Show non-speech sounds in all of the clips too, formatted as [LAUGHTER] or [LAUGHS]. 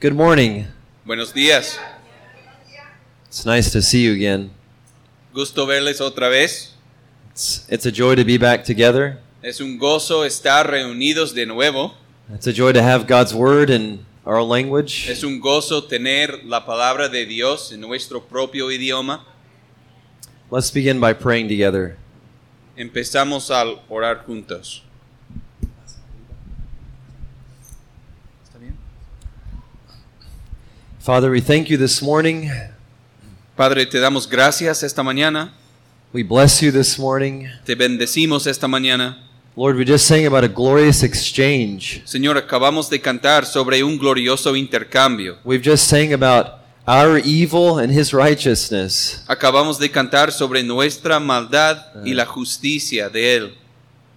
Good morning. Buenos días. It's nice to see you again. Gusto verles otra vez. It's, it's a joy to be back together. Es un gozo estar reunidos de nuevo. It's a joy to have God's word in our language. Es un gozo tener la palabra de Dios en nuestro propio idioma. Let's begin by praying together. Empezamos al orar juntos. Father, we thank you this morning. Padre, te damos gracias esta mañana. We bless you this morning. Te bendecimos esta mañana. Lord, we just sang about a glorious exchange. Señor, acabamos de cantar sobre un glorioso intercambio. We've just sang about our evil and his righteousness. Acabamos de cantar sobre nuestra maldad y la justicia de Él.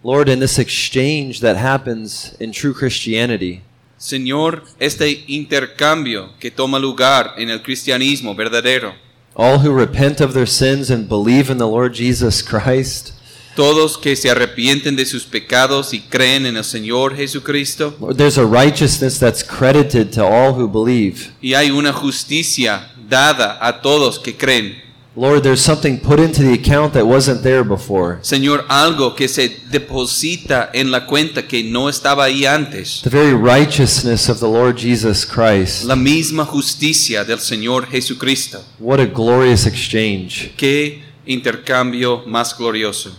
Lord, in this exchange that happens in true Christianity, Señor, este intercambio que toma lugar en el cristianismo verdadero. all who repent of their sins and believe in the Lord Jesus Christ, Todos que se arrepienten de sus pecados y creen en el Señor Jesucristo. Lord, there's a righteousness that's credited to all who believe. Y hay una justicia dada a todos que creen. Lord, there's something put into the account that wasn't there before. Señor, algo que se deposita en la cuenta que no estaba ahí antes. The very righteousness of the Lord Jesus Christ. La misma justicia del Señor Jesucristo. What a glorious exchange. Qué intercambio más glorioso.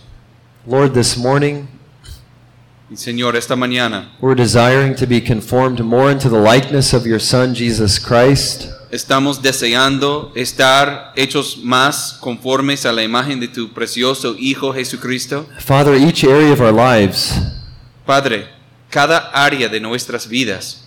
Lord, this morning Y Señor, esta mañana we're desiring to be conformed more into the likeness of your Son, Jesus Christ. estamos deseando estar hechos más conformes a la imagen de tu precioso Hijo Jesucristo. Father, each area of our lives, Padre, cada área de nuestras vidas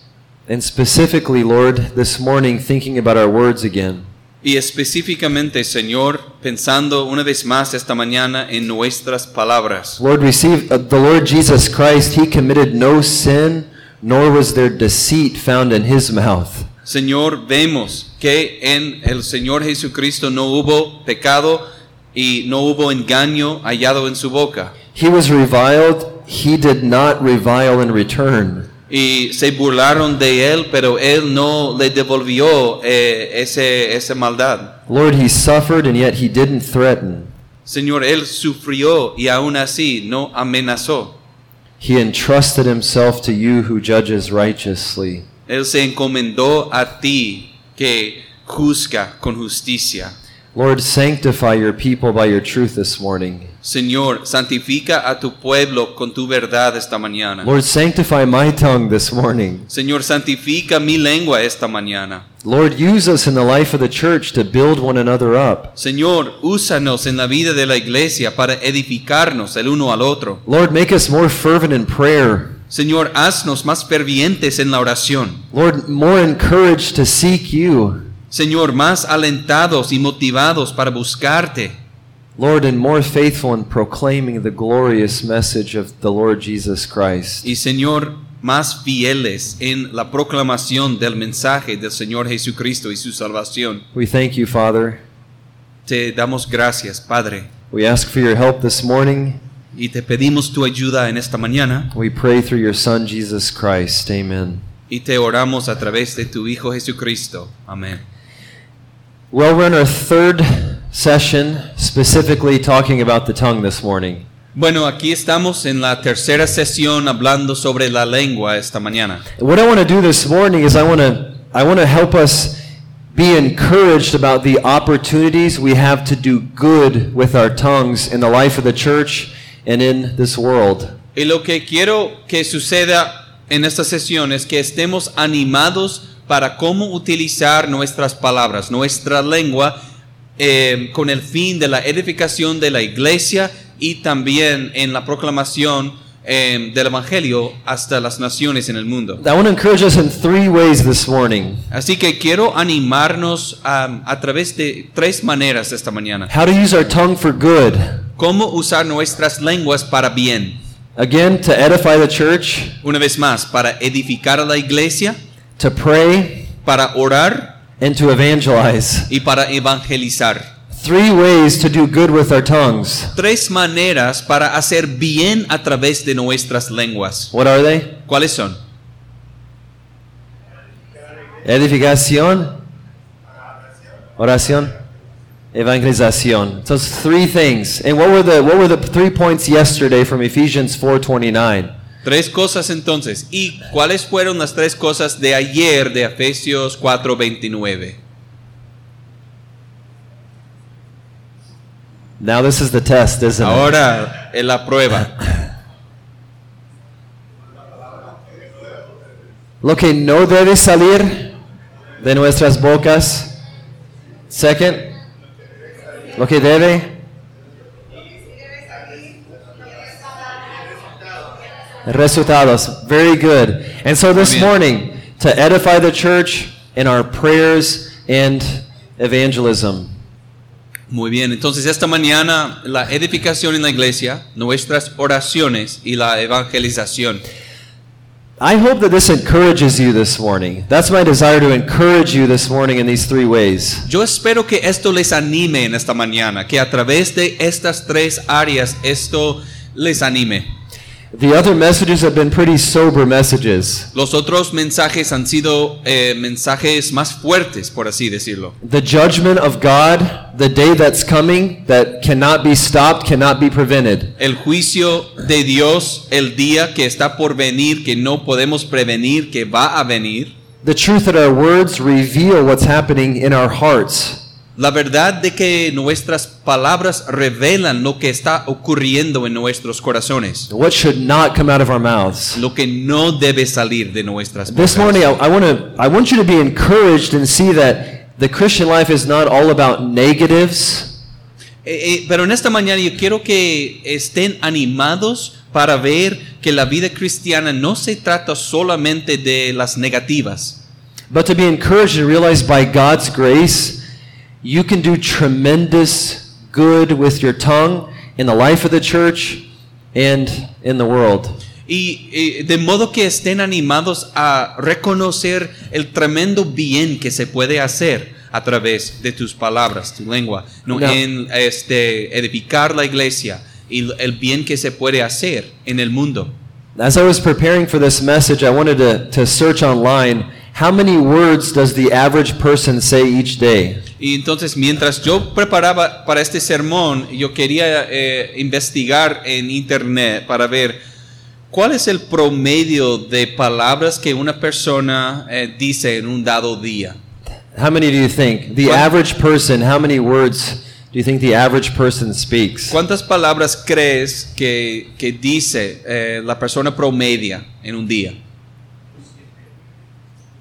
and specifically, Lord, this morning thinking about our words again. y específicamente, Señor, pensando una vez más esta mañana en nuestras palabras. Lord, receive uh, the Lord Jesus Christ, he committed no sin, nor was there deceit found in his mouth. Señor, vemos que en el Señor Jesucristo no hubo pecado y no hubo engaño hallado en su boca. He was reviled, he did not revile in return. Y se burlaron de él, pero él no le devolvió eh, ese, esa maldad. Lord, he suffered and yet he didn't threaten. Señor, él sufrió y aún así no amenazó. He entrusted himself to you who judges righteously. Él se encomendó a ti que juzga con justicia. Lord, sanctify your people by your truth this morning. Señor, santifica a tu pueblo con tu verdad esta mañana. Lord, sanctify my tongue this morning. Señor, santifica mi lengua esta mañana. Lord, use us in the life of the church to build one another up. Señor, úsanos en la vida de la iglesia para edificarnos el uno al otro. Lord, make us more fervent in prayer. Señor, haznos más fervientes en la oración. Lord, more encouraged to seek you. Señor, más alentados y motivados para buscarte. Lord, and more faithful in proclaiming the glorious message of the Lord Jesus Christ. Y Señor, más fieles en la proclamación del mensaje del Señor Jesucristo y su salvación. We thank you, Father. Te damos gracias, Padre, We ask for your help this morning. y te pedimos tu ayuda en esta mañana, We pray through your Son, Jesus Christ. Amen. y te oramos a través de tu Hijo Jesucristo. Amén. Well, we're in our third session, specifically talking about the tongue this morning. Bueno, aquí estamos en la tercera sesión hablando sobre la lengua esta mañana. What I want to do this morning is I want to I want to help us be encouraged about the opportunities we have to do good with our tongues in the life of the church and in this world. Y lo que quiero que suceda en esta sesión es que estemos animados para cómo utilizar nuestras palabras, nuestra lengua, eh, con el fin de la edificación de la iglesia y también en la proclamación eh, del Evangelio hasta las naciones en el mundo. I want to encourage us in three ways this morning. Así que quiero animarnos am, a través de tres maneras esta mañana. How to use our tongue for good. Cómo usar nuestras lenguas para bien. Again, to edify the church, Una vez más, para edificar a la iglesia, to pray, para orar and to evangelize. y para evangelizar. Three ways to do good with our tongues. Tres maneras para hacer bien a través de nuestras lenguas. What are they? ¿Cuáles son? Edificación, oración, evangelización. So it's three things. And what were the what were the three points yesterday from Ephesians 4:29? Tres cosas entonces. ¿Y cuáles fueron las tres cosas de ayer de Efesios 4:29? Now this is the test, isn't it? Ahora es la prueba. Lo que no debe salir de nuestras bocas. Second, lo que debe. Resultados. Very good. And so this Bien. morning, to edify the church in our prayers and evangelism. Muy bien, entonces esta mañana la edificación en la iglesia, nuestras oraciones y la evangelización. I hope that this encourages you this morning. That's my desire to encourage you this morning in these three ways. Yo espero que esto les anime en esta mañana, que a través de estas tres áreas esto les anime. The other messages have been pretty sober messages. Los otros mensajes han sido eh, mensajes más fuertes, por así decirlo. The judgment of God, the day that's coming, that cannot be stopped, cannot be prevented. El juicio de Dios, el día que está por venir, que no podemos prevenir, que va a venir. The truth that our words reveal what's happening in our hearts. La verdad de que nuestras palabras revelan lo que está ocurriendo en nuestros corazones, What should not come out of our mouths. lo que no debe salir de nuestras This bocas. morning, I, I want to. I want you to be encouraged and see that the Christian life is not all about negatives, Eh, eh, pero en esta mañana yo quiero que estén animados para ver que la vida cristiana no se trata solamente de las negativas, but to be encouraged and realize by God's grace, you can do tremendous good with your tongue in the life of the church and in the world. y eh, de modo que estén animados a reconocer el tremendo bien que se puede hacer a través de tus palabras, tu lengua, ¿no? No. en este, edificar la iglesia y el bien que se puede hacer en el mundo. As I was preparing for this message, I wanted to, to search online how many words does the average person say each day? Y entonces mientras yo preparaba para este sermón, yo quería eh, investigar en internet para ver cuál es el promedio de palabras que una persona eh, dice en un dado día. How many do you think? The Well- average person, how many words do you think the average person speaks? ¿Cuántas palabras crees que, que dice eh, la persona promedia en un día?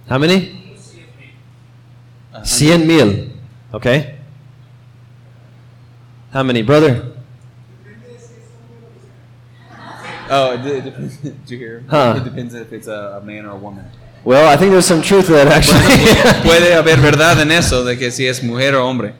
How many? Cien mil. Okay. How many, brother? Oh, it [LAUGHS] depends. Do you hear? Huh. It depends if it's a, man or a woman. Well, I think there's some truth to that actually. [LAUGHS] pues, puede haber verdad en eso de que si es mujer o hombre.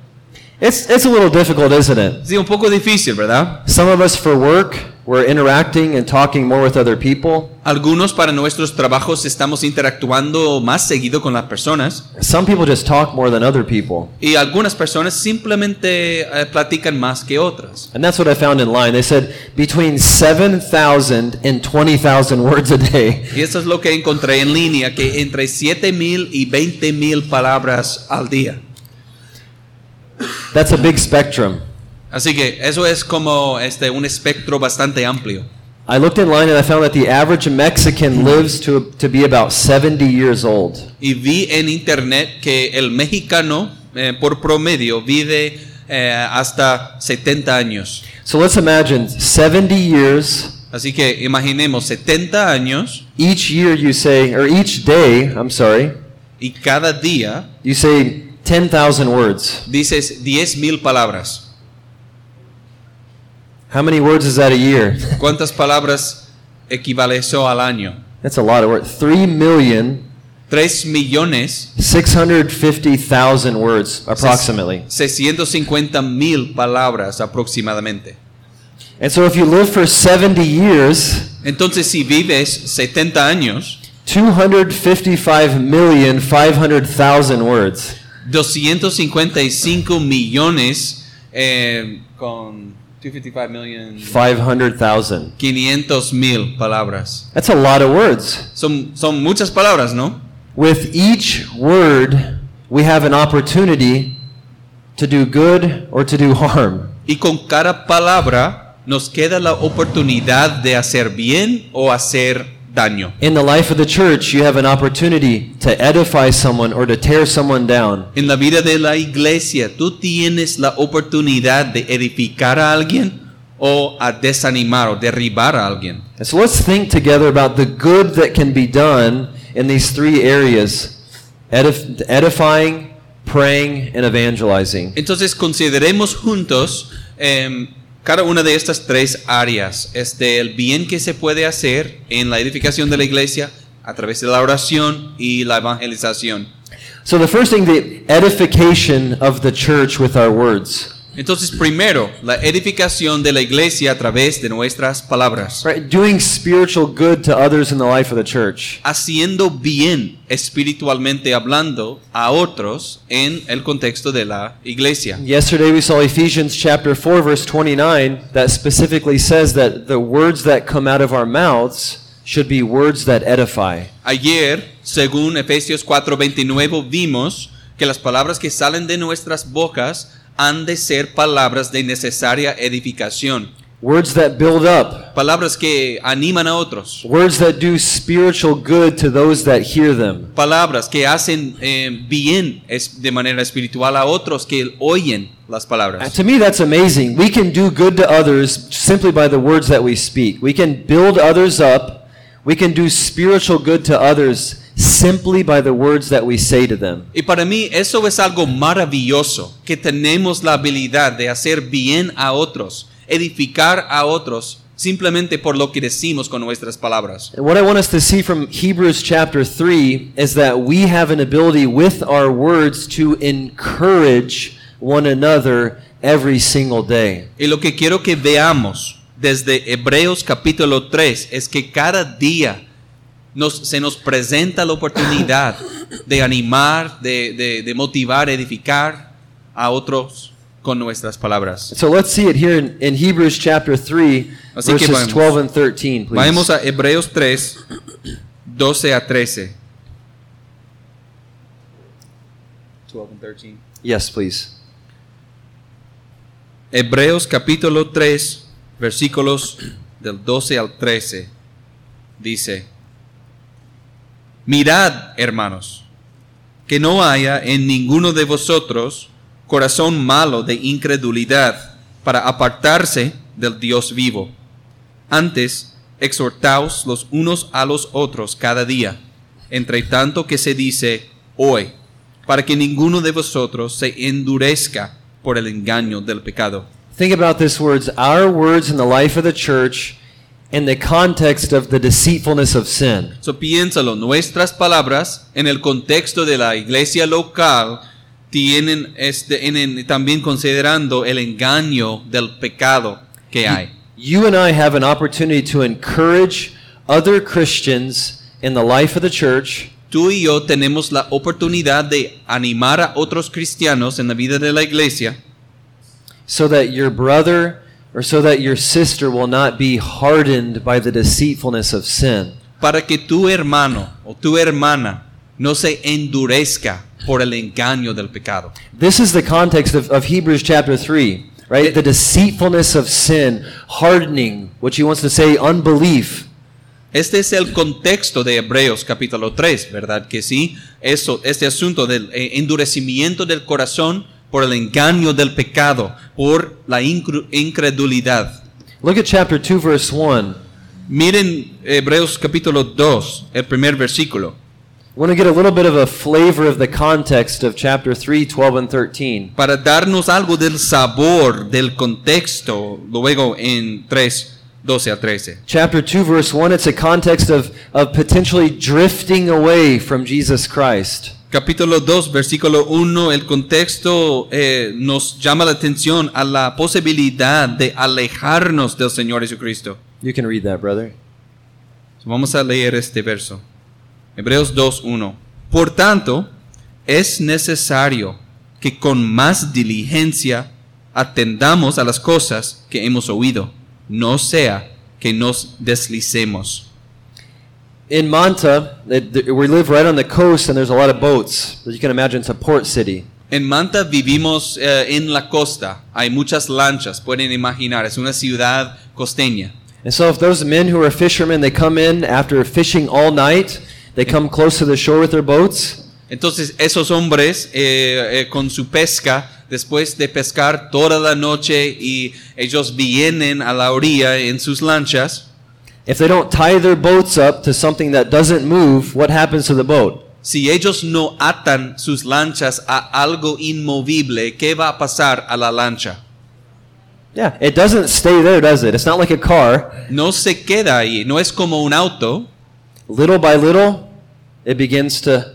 it's, it's a little difficult, isn't it? Sí, un poco difícil, ¿verdad? Some of us for work, we're interacting and talking more with other people. Algunos para nuestros trabajos estamos interactuando más seguido con las personas Some people just talk more than other people. y algunas personas simplemente eh, platican más que otras. And that's what I found in line. They said between 7,000 and 20,000 words a day. [LAUGHS] Y eso es lo que encontré en línea, que entre 7.000 y 20.000 palabras al día. That's a big spectrum. Así que eso es como este, un espectro bastante amplio. I looked in line and I found that the average Mexican lives to, to be about 70 years old. Y vi en internet que el mexicano, eh, por promedio, vive eh, hasta 70 años. So let's imagine 70 years. Así que imaginemos 70 años Each year you say, or each day, I'm sorry, y cada día you say 10,000 words. dices 10.000 palabras. How many words is that a year? [LAUGHS] ¿Cuántas palabras equivale eso al año? That's a lot of words. 3,650,000 3 millones words, approximately. 650 mil palabras aproximadamente. And so if you live for 70 years, Entonces, si vives 70 años, 255,500,000 words. 255 millones eh, con 255 million, 500,000. 500 mil palabras. That's a lot of words. Son, son muchas palabras, ¿no? With each word, we have an opportunity to do good or to do harm. Y con cada palabra nos queda la oportunidad de hacer bien o hacer daño. In the life of the church, you have an opportunity to edify someone or to tear someone down. En la vida de la iglesia tú tienes la oportunidad de edificar a alguien o a desanimar o derribar a alguien. And so let's think together about the good that can be done in these three areas edif- edifying, praying, and evangelizing. Entonces consideremos juntos em, cada una de estas tres áreas, este, el bien que se puede hacer en la edificación de la iglesia a través de la oración y la evangelización. So the first thing, the edification of the church with our words. Entonces primero, la edificación de la iglesia a través de nuestras palabras, Right? Doing spiritual good to others in the life of the church. haciendo bien espiritualmente hablando a otros en el contexto de la iglesia. Yesterday we saw Ephesians chapter 4 verse 29 that specifically says that the words that come out of our mouths should be words that edify. Ayer, según Efesios 4:29, vimos que las palabras que salen de nuestras bocas han de ser palabras de necesaria edificación, Words that build up, palabras que animan a otros, words that do spiritual good to those that hear them. palabras que hacen eh, bien es- de manera espiritual a otros que oyen las Uh, palabras. To me that's amazing. We can do good to others simply by the words that we speak. We can build others up. We can do spiritual good to others simply by the words that we say to them. Y para mí eso es algo maravilloso, que tenemos la habilidad de hacer bien a otros, edificar a otros, simplemente por lo que decimos con nuestras palabras. And what I want us to see from Hebrews chapter 3 is that we have an ability with our words to encourage one another every single day. Y lo que quiero que veamos desde Hebreos capítulo 3 es que cada día nos- se nos presenta la oportunidad de animar, de, de- de motivar, edificar a otros con nuestras palabras. So let's see it here in, in Hebrews chapter 3, Así que verses vayamos. 12 and 13, please. Vamos a Hebreos 3, 12 a 13. 12 and 13. Yes, please. Hebreos capítulo 3, versículos del 12 al 13, dice, Mirad, hermanos, que no haya en ninguno de vosotros corazón malo de incredulidad para apartarse del Dios vivo. Antes, exhortaos los unos a los otros cada día, entre tanto que se dice hoy, para que ninguno de vosotros se endurezca por el engaño del pecado. Think about this words, our words in the life of the church in the context of the deceitfulness of sin. So piénsalo, nuestras palabras en el contexto de la iglesia local tienen este, en- en- también considerando el engaño del pecado que hay. You and I have an opportunity to encourage other Christians in the life of the church Tú y yo tenemos la oportunidad de animar a otros cristianos en la vida de la iglesia so that your brother or so that your sister will not be hardened by the deceitfulness of sin. para que tu hermano o tu hermana no se endurezca por el engaño del pecado. This is the context of, of Hebrews chapter 3, right? The deceitfulness of sin, hardening, which he wants to say, unbelief. Este es el contexto de Hebreos capítulo 3, ¿verdad? Que sí, eso, este asunto del eh, endurecimiento del corazón por el engaño del pecado, por la incru- incredulidad. Look at chapter 2, verse 1. Miren Hebreos capítulo 2, el primer versículo. want to get a little bit of a flavor of the context of chapter 3, 12, and 13. para darnos algo del sabor, del contexto, luego en 3, 12 a 13. Chapter 2, verse 1, it's a context of, of potentially drifting away from Jesus Christ. Capítulo 2, versículo 1, el contexto eh, nos llama la atención a la posibilidad de alejarnos del Señor Jesucristo. You can read that, brother. Vamos a leer este verso. Hebreos 2.1. Por tanto, es necesario que con más diligencia atendamos a las cosas que hemos oído, no sea que nos deslicemos. in Manta, it, th- we live right on the coast, and there's a lot of boats. As you can imagine, it's a port city. En Manta vivimos eh, en la costa, hay muchas lanchas, pueden imaginar, es una ciudad costeña. And so, if those men who are fishermen, they come in after fishing all night, they come close to the shore with their boats, Entonces esos hombres eh, eh, con su pesca, después de pescar toda la noche y ellos vienen a la orilla en sus lanchas, if they don't tie their boats up to something that doesn't move, what happens to the boat? si ellos no atan sus lanchas a algo inmovible, ¿qué va a pasar a la lancha? Yeah, it doesn't stay there, does it? It's not like a car. No se queda ahí, no es como un auto, Little by little, it begins to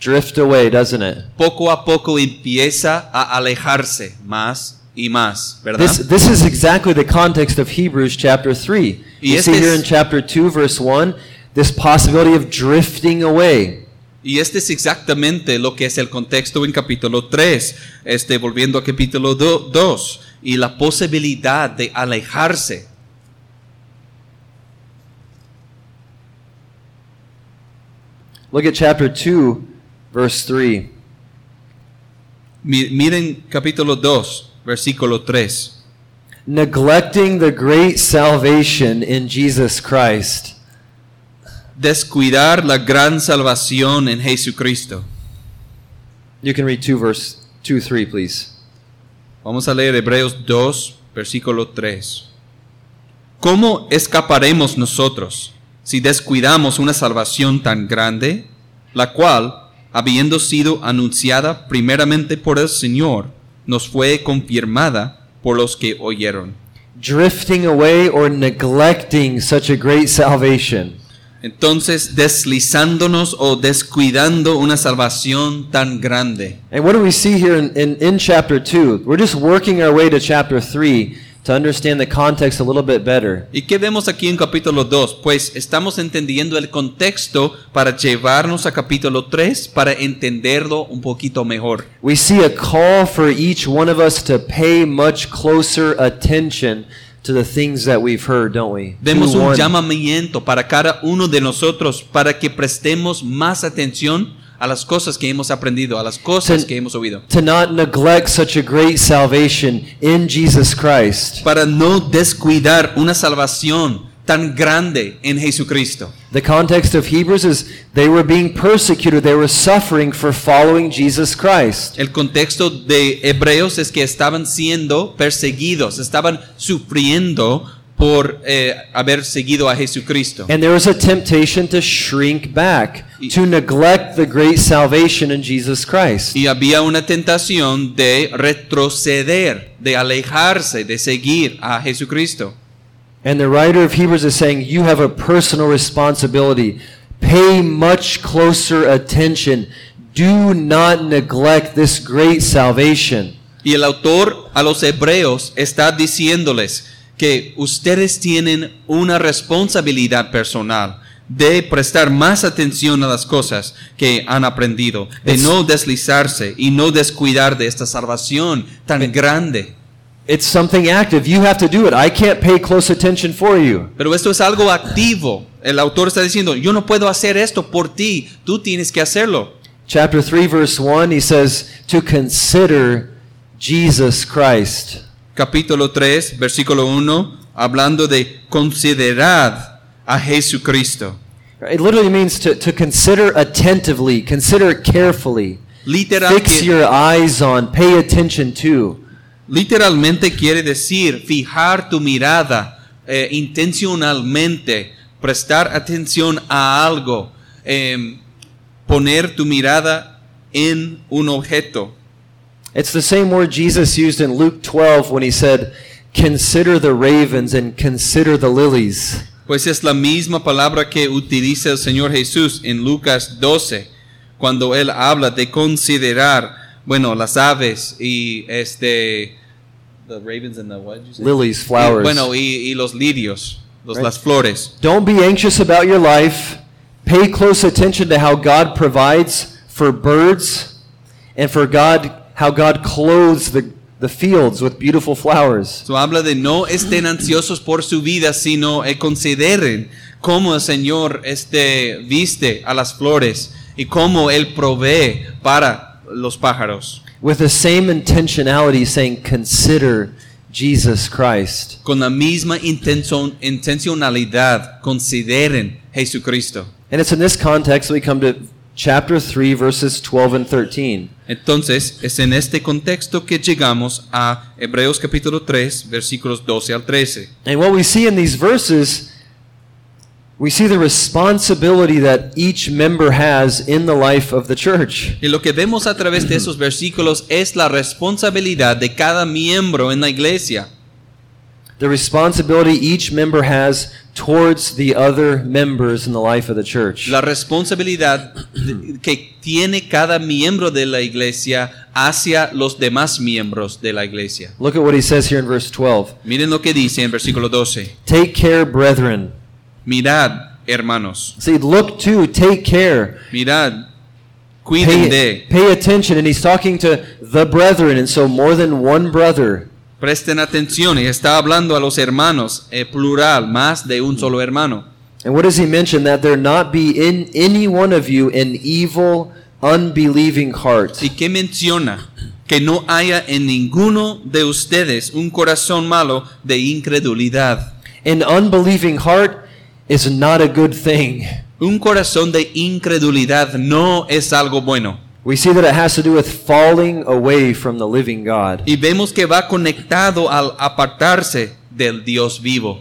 drift away, doesn't it? poco a poco empieza a alejarse más y más, ¿verdad? This, this is exactly the context of Hebrews chapter 3. You Yes, see here this- in chapter 2, verse 1, this possibility of drifting away. Y este es exactamente lo que es el contexto en capítulo 3, este, volviendo a capítulo 2, y la posibilidad de alejarse. Look at chapter 2, verse 3. Mi- Miren capítulo 2, versículo 3. Neglecting the great salvation in Jesus Christ, Descuidar la gran salvación en Jesucristo. You can read 2 verse 2 3 please. Vamos a leer Hebreos 2, versículo 3. ¿Cómo escaparemos nosotros si descuidamos una salvación tan grande, la cual, habiendo sido anunciada primeramente por el Señor, nos fue confirmada por los que oyeron? Drifting away or neglecting such a great salvation. Entonces, deslizándonos o descuidando una salvación tan grande. And what do we see here in, in, in chapter 2? We're just working our way to chapter 3 to understand the context a little bit better. ¿Y qué vemos aquí en capítulo 2? Pues estamos entendiendo el contexto para llevarnos a capítulo 3 para entenderlo un poquito mejor. We see a call for each one of us to pay much closer attention to the things that we've heard, don't we? Vemos 2:1. un llamamiento para cada uno de nosotros para que prestemos más atención a las cosas que hemos aprendido, a las cosas Ten- que hemos oído. to not neglect such a great salvation in Jesus Christ. Para no descuidar una salvación tan grande en Jesucristo. The context of Hebrews is they were being persecuted, they were suffering for following Jesus Christ. El contexto de Hebreos es que estaban siendo perseguidos, estaban sufriendo por eh, haber seguido a Jesucristo. And there was a temptation to shrink back, to neglect the great salvation in Jesus Christ. Y había una tentación de retroceder, de alejarse, de seguir a Jesucristo. And the writer of Hebrews is saying, You have a personal responsibility. Pay much closer attention. Do not neglect this great salvation. Y el autor a los hebreos está diciéndoles que ustedes tienen una responsabilidad personal de prestar más atención a las cosas que han aprendido, de Es- no deslizarse y no descuidar de esta salvación tan grande. It's something active. You have to do it. I can't pay close attention for you. Pero esto es algo activo. El autor está diciendo, yo no puedo hacer esto por ti, tú tienes que hacerlo. Chapter 3, verse 1, he says, To consider Jesus Christ. capítulo 3, versículo 1, hablando de considerad a Jesucristo. It literally means to, to consider attentively, consider carefully, Literal fix que- your eyes on, pay attention to. literalmente quiere decir fijar tu mirada eh, intencionalmente, prestar atención a algo, em, poner tu mirada en un objeto. It's the same word Jesus used in Luke 12 when he said, Consider the ravens and consider the lilies. Pues es la misma palabra que utiliza el Señor Jesús en Lucas 12, cuando él habla de considerar, bueno, las aves y este the ravens and the what did you say? Lilies, Y, flowers. bueno, y, y los lirios, los- Right. las flores. Don't be anxious about your life. Pay close attention to how God provides for birds and for God how God clothes the, the fields with beautiful flowers. So, habla de no estén ansiosos por su vida, sino eh, consideren cómo el Señor este, viste a las flores y cómo Él provee para los pájaros. with the same intentionality saying, Consider Jesus Christ. Con la misma intención, intencionalidad, consideren Jesucristo. And it's in this context we come to chapter 3, verses 12 and 13. Entonces, es en este contexto que llegamos a Hebreos capítulo 3, versículos 12 al 13. And what we see in these verses, we see the responsibility that each member has in the life of the church. Y lo que vemos a través de esos versículos es la responsabilidad de cada miembro en la iglesia. The responsibility each member has towards the other members in the life of the church. La responsabilidad de- que tiene cada miembro de la iglesia hacia los demás miembros de la iglesia. Look at what he says here in verse 12. Miren lo que dice en versículo 12. Take care, brethren. Mirad, hermanos, See, look to, take care. mirad, cuiden Pay, de, pay attention. And he's talking to the brethren, and so more than one brother. presten atención. Y está hablando a los hermanos, eh, plural, más de un solo hermano. And what does he mention? That there not be in any one of you an evil, unbelieving heart. ¿Y qué menciona? Que no haya en ninguno de ustedes un corazón malo de incredulidad. An unbelieving heart is not a good thing. Un corazón de incredulidad no es algo bueno. We see that it has to do with falling away from the living God. Y vemos que va conectado al apartarse del Dios vivo.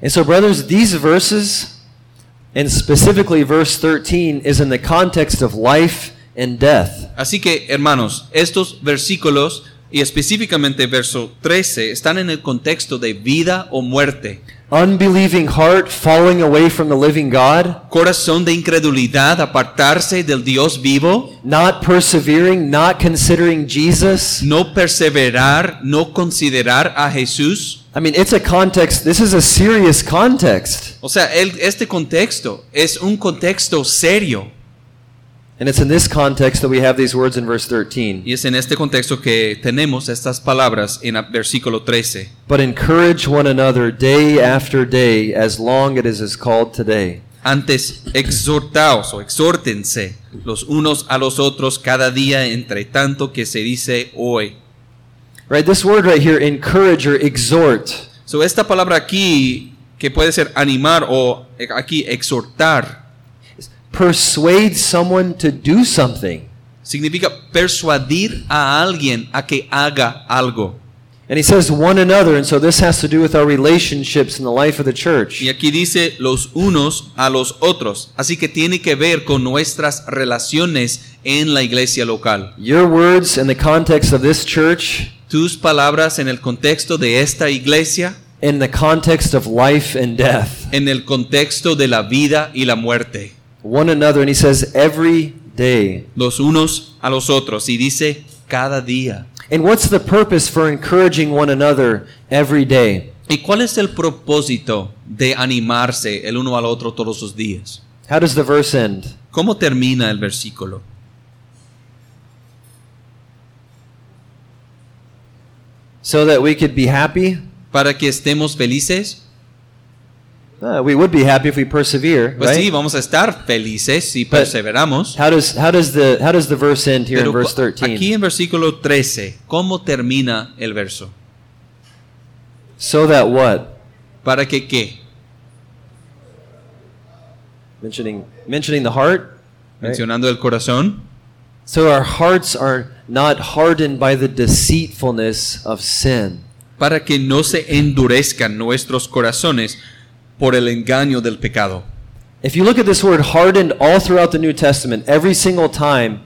And so, brothers, these verses, and specifically verse 13, is in the context of life and death. Así que, hermanos, estos versículos y específicamente verso 13 están en el contexto de vida o muerte. Unbelieving heart, falling away from the living God, Corazón de incredulidad, apartarse del Dios vivo. not persevering, not considering Jesus. no perseverar, no considerar a Jesús. I mean, it's a context, this is a serious context. O sea, el- este contexto es un contexto serio. And it's in this context that we have these words in verse 13. Y es en este contexto que tenemos estas palabras en el versículo 13. But encourage one another day after day, as long as it is called today. Antes, exhortaos o exhórtense los unos a los otros cada día entre tanto que se dice hoy. Right? This word right here, encourage or exhort. So, esta palabra aquí, que puede ser animar o eh, aquí exhortar, persuade someone to do something. significa persuadir a alguien a que haga algo. And he says one another, and so this has to do with our relationships in the life of the Y church. aquí dice los unos a los otros. Así que tiene que ver con nuestras relaciones en la iglesia local. Your words in the context of this church, Tus palabras en el contexto de esta iglesia, in the context of life and death. en el contexto de la vida y la muerte. One another, and he says every day. Los unos a los otros. Y dice cada día. And what's the purpose for encouraging one another every day? ¿Y cuál es el propósito de animarse el uno al otro todos los días? How does the verse end? ¿Cómo termina el versículo? So that we could be happy? ¿Para que estemos felices? Uh, we would be happy if we persevere, Pues sí, right? vamos a estar felices si But- perseveramos. How does how does the how does the verse end here in Pero verse cu- 13? Aquí en versículo 13, ¿cómo termina el verso? So that what? ¿Para que qué? Mentioning mentioning the heart. right? Mencionando el corazón. So our hearts are not hardened by the deceitfulness of sin. Para que no se endurezcan nuestros corazones por el engaño del pecado. If you look at this word hardened all throughout the New Testament, every single time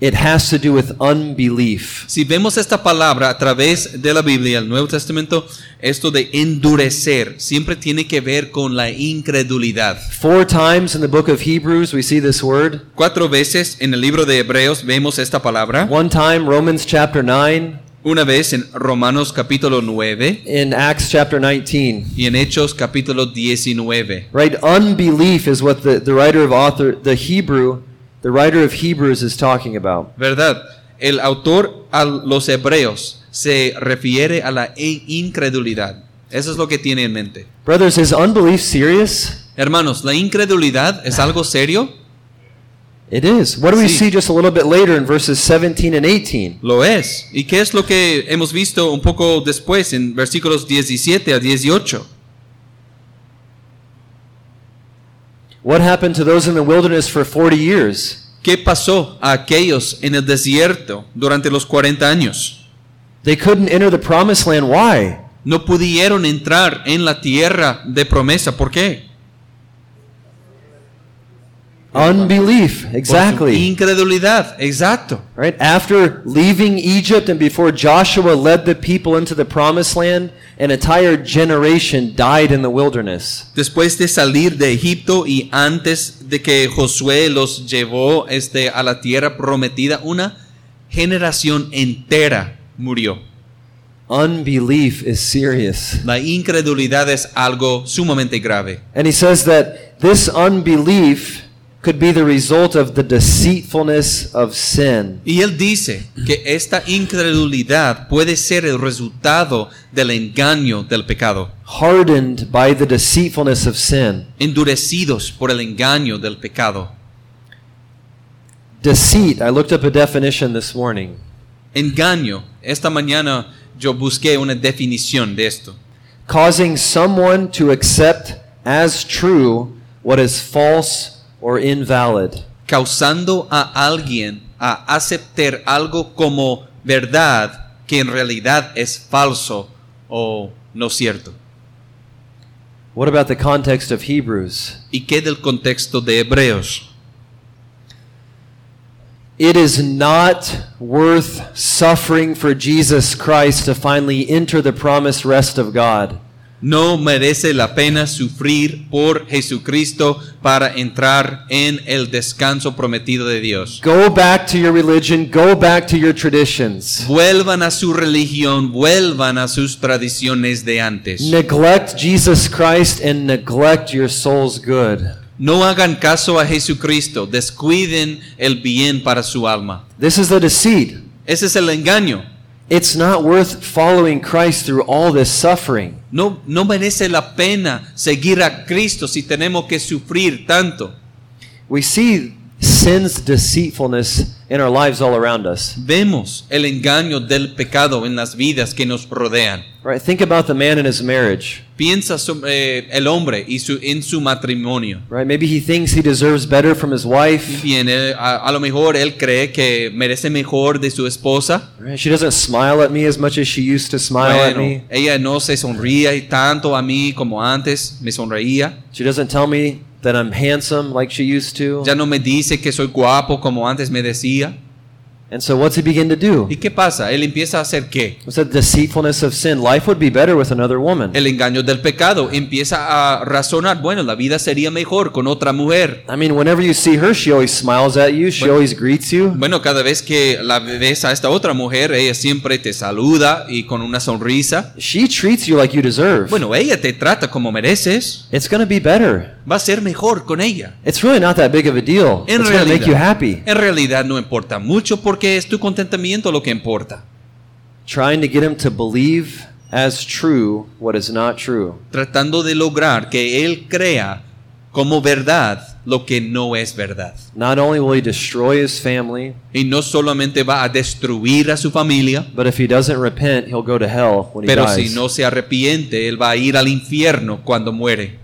it has to do with unbelief. Si vemos esta palabra a través de la Biblia, el Nuevo Testamento, esto de endurecer siempre tiene que ver con la incredulidad. Four times in the book of Hebrews we see this word. Cuatro veces en el libro de Hebreos vemos esta palabra. One time Romans chapter 9 Una vez en Romanos capítulo 9 in Acts chapter 19. y en Hechos capítulo 19. Right? Unbelief is what the, the writer of author the Hebrew, the writer of Hebrews is talking about. ¿Verdad? El autor a los hebreos se refiere a la in- incredulidad. Eso es lo que tiene en mente. Brothers, is unbelief serious? Hermanos, la incredulidad es algo serio. It is. What do we Sí. see just a little bit later in verses 17 and 18? Lo es. ¿Y qué es lo que hemos visto un poco después en versículos 17 a 18? What happened to those in the wilderness for 40 years? ¿Qué pasó a aquellos en el desierto durante los 40 años? They couldn't enter the promised land. Why? No pudieron entrar en la tierra de promesa. ¿Por qué? Unbelief. Por su Exactly. Incredulidad. Exacto. Right? After leaving Egypt and before Joshua led the people into the promised land, an entire generation died in the wilderness. Después de salir de Egipto y antes de que Josué los llevó este, a la tierra prometida, una generación entera murió. Unbelief is serious. La incredulidad es algo sumamente grave. And he says that this unbelief could be the result of the deceitfulness of sin. Y él dice que esta incredulidad puede ser el resultado del engaño del pecado, Hardened by the deceitfulness of sin. endurecidos por el engaño del pecado. Deceit, I looked up a definition this morning. Engaño. Esta mañana yo busqué una definición de esto. causing someone to accept as true what is false or invalid. causando a alguien a aceptar algo como verdad que en realidad es falso o no cierto. What about the context of Hebrews? ¿Y qué del contexto de Hebreos? It is not worth suffering for Jesus Christ to finally enter the promised rest of God. No merece la pena sufrir por Jesucristo para entrar en el descanso prometido de Dios. Go back to your religion, go back to your traditions. Vuelvan a su religión, vuelvan a sus tradiciones de antes. Neglect Jesus Christ and neglect your soul's good. No hagan caso a Jesucristo, descuiden el bien para su alma. This is the deceit. Ese es el engaño. It's not worth following Christ through all this suffering. No, no merece la pena seguir a Cristo si tenemos que sufrir tanto. We see sin's deceitfulness in our lives all around us. Vemos el engaño del pecado en las vidas que nos rodean. Right? Think about the man in his marriage. Piensa sobre eh, el hombre y su, en su matrimonio. Right? Maybe he thinks he deserves better from his wife. Bien, eh, a, a lo mejor él cree que merece mejor de su esposa. Right? She doesn't smile at me as much as she used to smile at Bueno, me. ella no se sonría y tanto a mí como antes me sonreía. She doesn't tell me that I'm handsome like she used to. Ya no me dice que soy guapo como antes me decía. And so what's he begin to do? ¿Y qué pasa? Él empieza a hacer qué? What's that deceitfulness of sin? Life would be better with another woman. El engaño del pecado empieza a razonar, bueno, la vida sería mejor con otra mujer. I mean, whenever you see her, she always smiles at you. She Bueno. always greets you. Bueno, cada vez que la ves a esta otra mujer, ella siempre te saluda y con una sonrisa. She treats you like you deserve. Bueno, ella te trata como mereces. It's going to be better. Va a ser mejor con ella. It's really not that big of a deal. En it's going to make you happy. realidad, en realidad no importa mucho porque es tu contentamiento lo que importa. Trying to get him to believe as true what is not true. Tratando de lograr que él crea como verdad lo que no es verdad. Not only will he destroy his family, Y no solamente va a destruir a su familia, but if he doesn't repent, he'll go to hell when he Pero dies. si no se arrepiente, él va a ir al infierno cuando muere.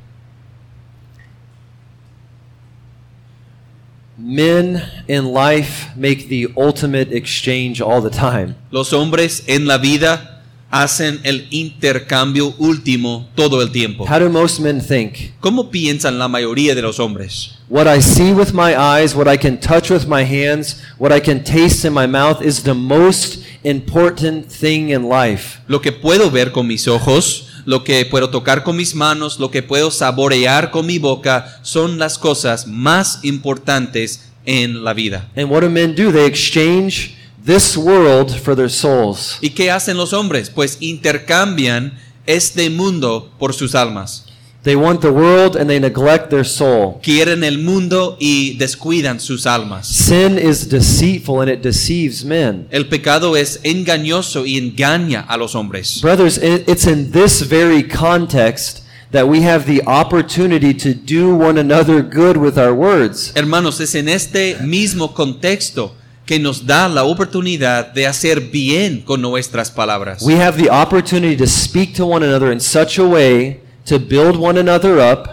Men in life make the ultimate exchange all the time. Los hombres en la vida hacen el intercambio último todo el tiempo. How do most men think? ¿Cómo piensan la mayoría de los hombres? What I see with my eyes, what I can touch with my hands, what I can taste in my mouth is the most important thing in life. Lo que puedo ver con mis ojos, lo que puedo tocar con mis manos, lo que puedo saborear con mi boca, son las cosas más importantes en la vida. And what do men do? They exchange this world for their souls. ¿Y qué hacen los hombres? Pues intercambian este mundo por sus almas. They want the world and they neglect their soul. Quieren el mundo y descuidan sus almas. Sin is deceitful and it deceives men. El pecado es engañoso y engaña a los hombres. Brothers, i- it's in this very context that we have the opportunity to do one another good with our words. Hermanos, es en este mismo contexto que nos da la oportunidad de hacer bien con nuestras palabras. We have the opportunity to speak to one another in such a way to build one another up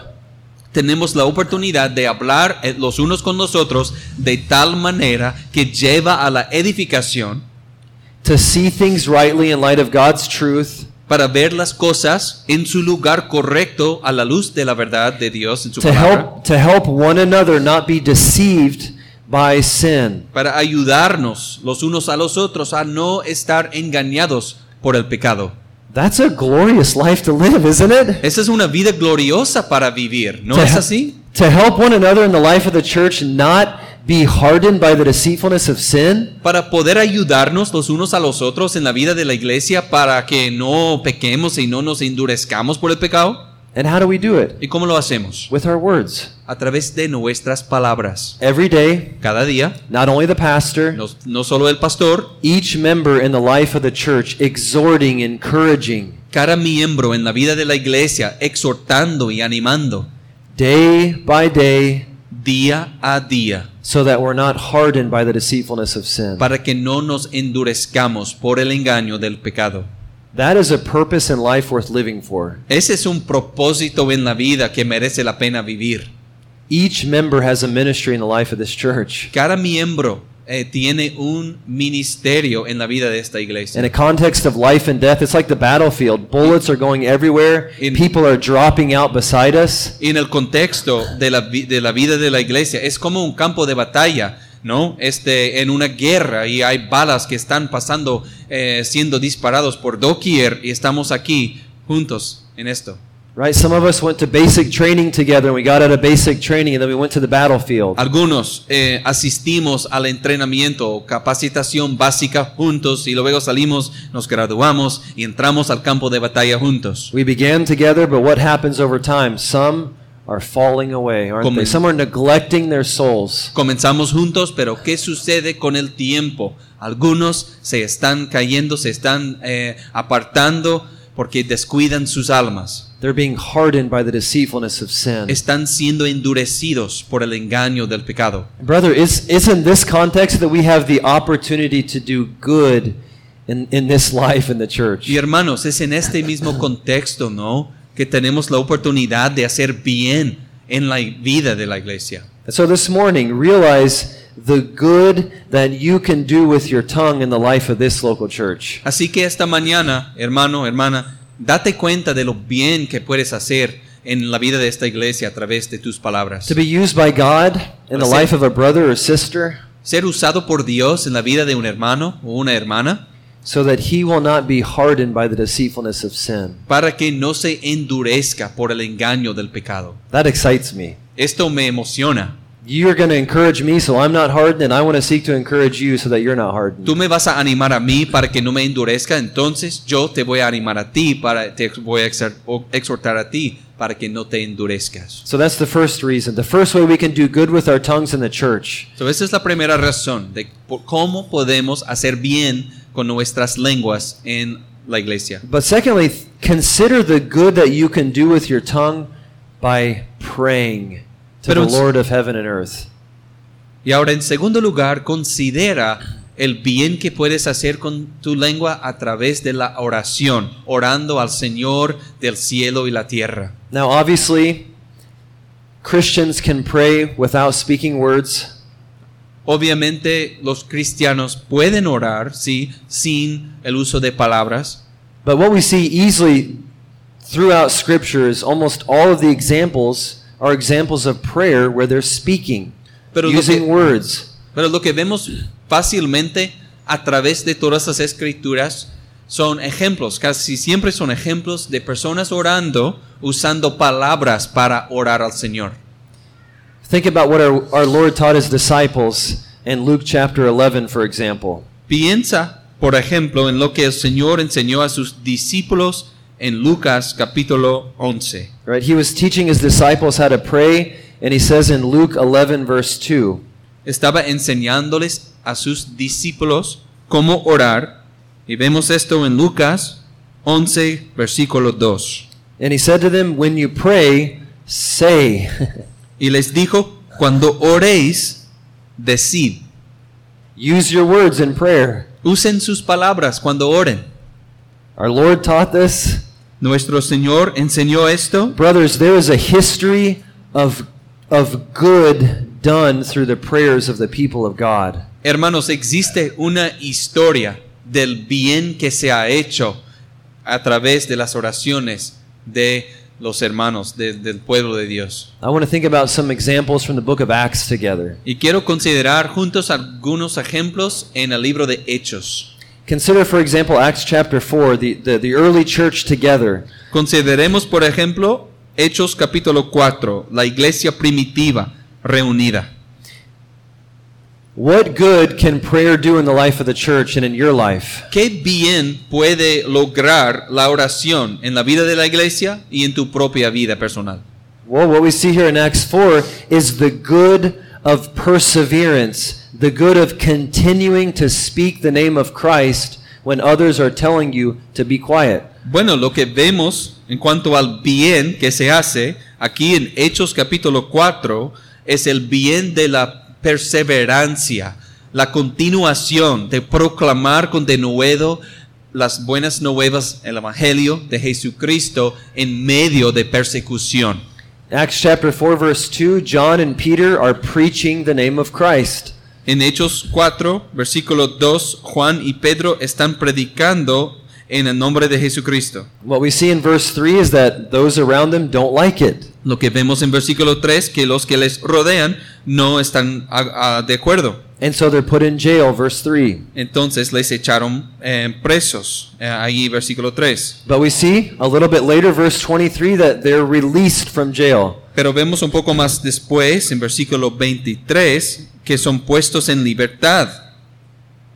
Tenemos la oportunidad de hablar eh, los unos con los otros de tal manera que lleva a la edificación to see things rightly in light of God's truth, para ver las cosas en su lugar correcto a la luz de la verdad de Dios en su to palabra, help to help one another not be deceived by sin. para ayudarnos los unos a los otros a no estar engañados por el pecado. That's a glorious life to live, isn't it? Esa es una vida gloriosa para vivir, ¿no to, es he- así? to help one another in the life of the church not be hardened by the deceitfulness of sin Para poder ayudarnos los unos a los otros en la vida de la iglesia para que no pequemos y no nos endurezcamos por el pecado. and how do we do it ¿Y cómo lo hacemos? with our words A través de nuestras palabras. every day Cada día, not only the pastor no, no solo el pastor, each member in the life of the church exhorting encouraging cada miembro en la vida de la iglesia exhortando y animando day by day día a día so that we're not hardened by the deceitfulness of sin para que no nos endurezcamos por el engaño del pecado. that is a purpose in life worth living for Ese es un propósito en la vida que merece la pena vivir. each member has a ministry in the life of this church Cada miembro eh, tiene un ministerio en la vida de esta In iglesia. a context of life and death, it's like the battlefield. Bullets are going everywhere. In- People are dropping out beside us. Y en el contexto de la, vi- de la vida de la iglesia es como un campo de batalla, ¿no? Este, en una guerra y hay balas que están pasando, eh, siendo disparados por doquier y estamos aquí juntos en esto. Right? Some of us went to basic training together and we got out of basic training and then we went to the battlefield. Algunos eh, asistimos al entrenamiento o capacitación básica juntos y luego salimos, nos graduamos y entramos al campo de batalla juntos. We began together, but what happens over time? Some are falling away, aren't they? Comen- Some are neglecting their souls. Comenzamos juntos, pero ¿qué sucede con el tiempo? Algunos se están cayendo, se están eh, apartando porque descuidan sus almas. They're being hardened by the deceitfulness of sin. Están siendo endurecidos por el engaño del pecado. Brother, it's, it's in this context that we have the opportunity to do good in, in this life in the church. Y hermanos, es en este mismo contexto, ¿no? Que tenemos la oportunidad de hacer bien en la vida de la iglesia. And so this morning, realize the good that you can do with your tongue in the life of this local church. Así que esta mañana, hermano, hermana, date cuenta de lo bien que puedes hacer en la vida de esta iglesia a través de tus palabras. To be used by God in the Let's life see. of a brother or sister ser usado por Dios en la vida de un hermano o una hermana so that he will not be hardened by the deceitfulness of sin. para que no se endurezca por el engaño del pecado. That excites me. Esto me emociona. You're going to encourage me so I'm not hardened, and I want to seek to encourage you so that you're not hardened. Tú me vas a animar a mí para que no me endurezca, entonces yo te voy a animar a ti, para, te ex- voy a exhor- o- exhortar a ti para que no te endurezcas. So that's the first reason. The first way we can do good with our tongues in the church. So, esa es la primera razón de por cómo podemos hacer bien con nuestras lenguas en la iglesia. But secondly, th- consider the good that you can do with your tongue by praying to Pero the en s- Lord of heaven and earth. Y ahora, en segundo lugar, considera el bien que puedes hacer con tu lengua a través de la oración, orando al Señor del cielo y la tierra. Now, obviously, Christians can pray without speaking words, Obviamente, los cristianos pueden orar, sí, sin el uso de palabras, but what we see easily throughout Scripture is almost all of the examples are examples of prayer where they're speaking, Pero lo using que- words. pero lo que vemos fácilmente a través de todas las escrituras son ejemplos, casi siempre son ejemplos de personas orando usando palabras para orar al Señor. Think about what our, our Lord taught his disciples in Luke chapter 11, for example. Piensa, por ejemplo, en lo que el Señor enseñó a sus discípulos en Lucas capítulo 11. Right? He was teaching his disciples how to pray, and he says in Luke 11, verse 2, Estaba enseñándoles a sus discípulos cómo orar. Y vemos esto en Lucas 11, versículo 2. And he said to them, When you pray, say. [LAUGHS] Y les dijo, cuando oréis, decid. Use your words in prayer. Usen sus palabras cuando oren. Our Lord taught this. Nuestro Señor enseñó esto. Brothers, there is a history of, of good done through the prayers of the people of God. Hermanos, existe una historia del bien que se ha hecho a través de las oraciones de los hermanos de- del pueblo de Dios. I want to think about some examples from the book of Acts together. Y quiero considerar juntos algunos ejemplos en el libro de Hechos. Consider, for example, Acts chapter 4, the, the, the early church together. Consideremos, por ejemplo, Hechos capítulo 4, la iglesia primitiva reunida. What good can prayer do in the life of the church and in your life? ¿Qué bien puede lograr la oración en la vida de la iglesia y en tu propia vida personal? Well, what we see here in Acts 4 is the good of perseverance, the good of continuing to speak the name of Christ when others are telling you to be quiet. Bueno, lo que vemos en cuanto al bien que se hace aquí en Hechos capítulo 4 es el bien de la perseverancia, la continuación de proclamar con denuedo las buenas nuevas, el Evangelio de Jesucristo en medio de persecución. Acts chapter 4, verse 2 John and Peter are preaching the name of Christ. En Hechos 4, versículo 2, Juan y Pedro están predicando en el nombre de Jesucristo. What we see in verse 3 is that those around them don't like it. Lo que vemos en versículo 3, que los que les rodean no están a- a- de acuerdo. And so they're put in jail, verse 3. Entonces les echaron eh, presos. Eh, ahí versículo 3. But we see a little bit later, verse 23, that they're released from jail. Pero vemos un poco más después, en versículo 23, que son puestos en libertad.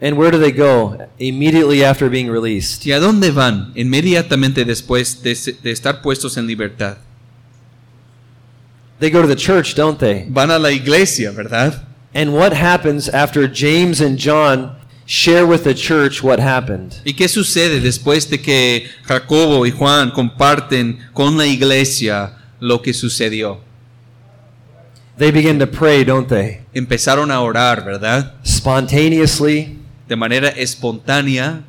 And where do they go? Immediately after being released. ¿Y a dónde van inmediatamente después de se- de estar puestos en libertad? They go to the church, don't they? Van a la iglesia, ¿verdad? And what happens after James and John share with the church what happened? ¿Y qué sucede después de que Jacobo y Juan comparten con la iglesia lo que sucedió? They begin to pray, don't they? Empezaron a orar, ¿verdad? Spontaneously. De manera espontánea.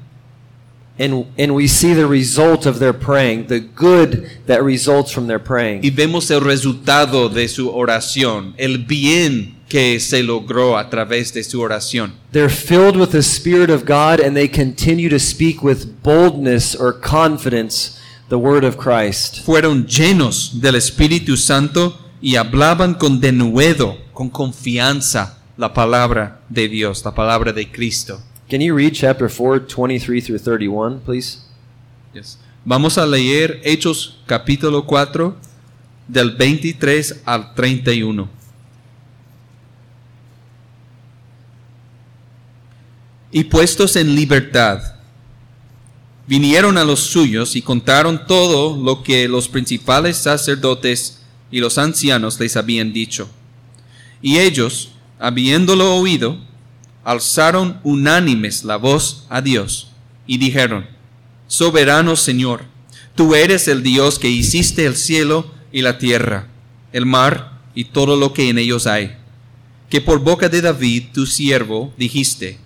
And, and we see the result of their praying, the good that results from their Y praying. vemos el resultado de su oración, el bien que se logró a través de su oración. They're filled with the Spirit of God and they continue to speak with boldness or confidence the word of Christ. Fueron llenos del Espíritu Santo y hablaban con denuedo, con confianza, la palabra de Dios, la palabra de Cristo. Can you read chapter 4, 23 through 31, please? Yes. Vamos a leer Hechos capítulo 4 del 23 al 31. Y puestos en libertad, vinieron a los suyos y contaron todo lo que los principales sacerdotes y los ancianos les habían dicho. Y ellos, habiéndolo oído, alzaron unánimes la voz a Dios y dijeron, Soberano Señor, tú eres el Dios que hiciste el cielo y la tierra, el mar y todo lo que en ellos hay. Que por boca de David, tu siervo, dijiste,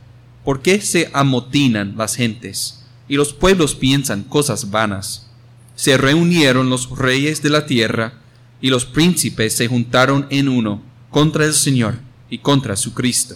¿por qué se amotinan las gentes y los pueblos piensan cosas vanas? Se reunieron los reyes de la tierra y los príncipes se juntaron en uno contra el Señor y contra su Cristo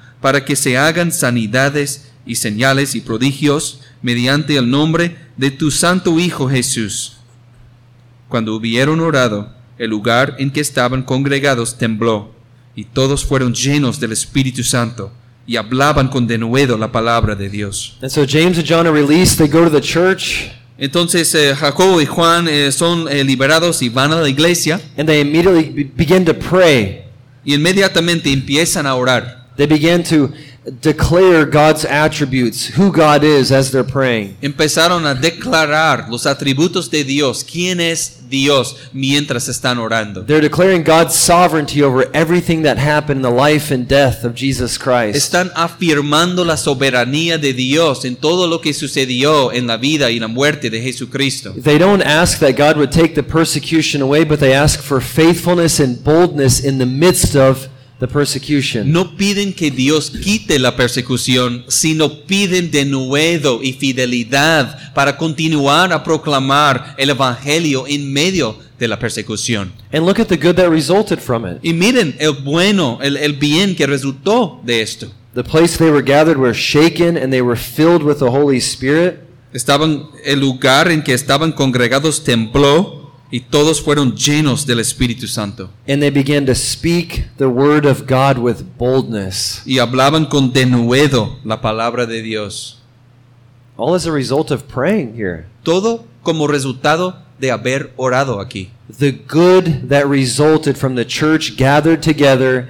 para que se hagan sanidades y señales y prodigios mediante el nombre de tu santo Hijo Jesús. Cuando hubieron orado, el lugar en que estaban congregados tembló, y todos fueron llenos del Espíritu Santo, y hablaban con denuedo la palabra de Dios. And so James and John are released. They go to the church. Entonces eh, Jacobo y Juan eh, son eh, liberados y van a la iglesia and they immediately be- begin to pray. y inmediatamente empiezan a orar. They begin to declare God's attributes, who God is, as they're praying. Empezaron a declarar los atributos de Dios, quién es Dios, mientras están orando. They're declaring God's sovereignty over everything that happened in the life and death of Jesus Christ. Están afirmando la soberanía de Dios en todo lo que sucedió en la vida y la muerte de Jesucristo. They don't ask that God would take the persecution away, but they ask for faithfulness and boldness in the midst of the persecution. No piden que Dios quite la persecución, sino piden denuedo y fidelidad para continuar a proclamar el Evangelio en medio de la persecución. And look at the good that resulted from it. Y miren el bueno, el, el bien que resultó de esto. The place they were gathered were shaken and they were filled with the Holy Spirit. Estaban, el lugar en que estaban congregados tembló y todos fueron llenos del Espíritu Santo. And they began to speak the word of God with boldness, Y hablaban con denuedo la palabra de Dios. all as a result of praying here. Todo como resultado de haber orado aquí. The good that resulted from the church gathered together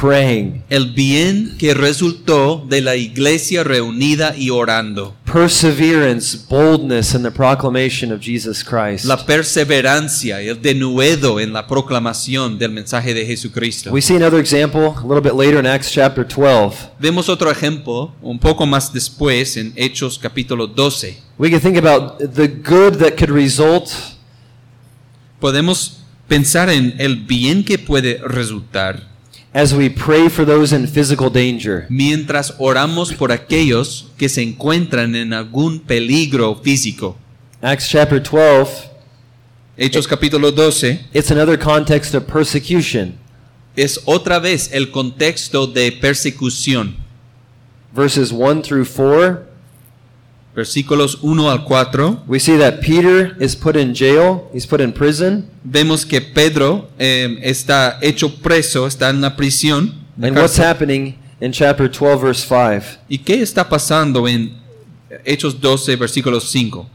praying. El bien que resultó de la iglesia reunida y orando. Perseverance, boldness in the proclamation of Jesus Christ. La perseverancia, el denuedo en la proclamación del mensaje de Jesucristo. We see another example a little bit later in Acts chapter 12. Vemos otro ejemplo un poco más después en Hechos capítulo 12. We can think about the good that could result Podemos pensar en el bien que puede resultar as we pray for those in physical danger. mientras oramos por aquellos que se encuentran en algún peligro físico. Acts chapter 12, Hechos capítulo 12 it's another context of persecution. es otra vez el contexto de persecución. Verses 1 through 4, Versículos 1 al 4, we see that Peter is put in jail, he's put in prison. vemos que Pedro eh, está hecho preso, está en la prisión. la And what's cárcel. happening in chapter 12, verse 5? ¿Y qué está pasando en Hechos 12, versículos 5?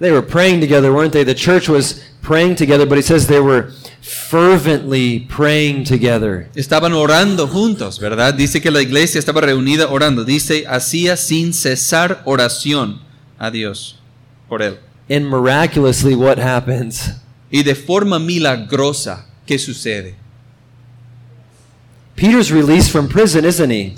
They were praying together, weren't they? The church was praying together, but he says they were fervently praying together. Estaban orando juntos, ¿verdad? Dice que la iglesia estaba reunida orando. Dice, hacía sin cesar oración a Dios por él. And miraculously, what happens? Y de forma milagrosa, ¿qué sucede? Peter's released from prison, isn't he?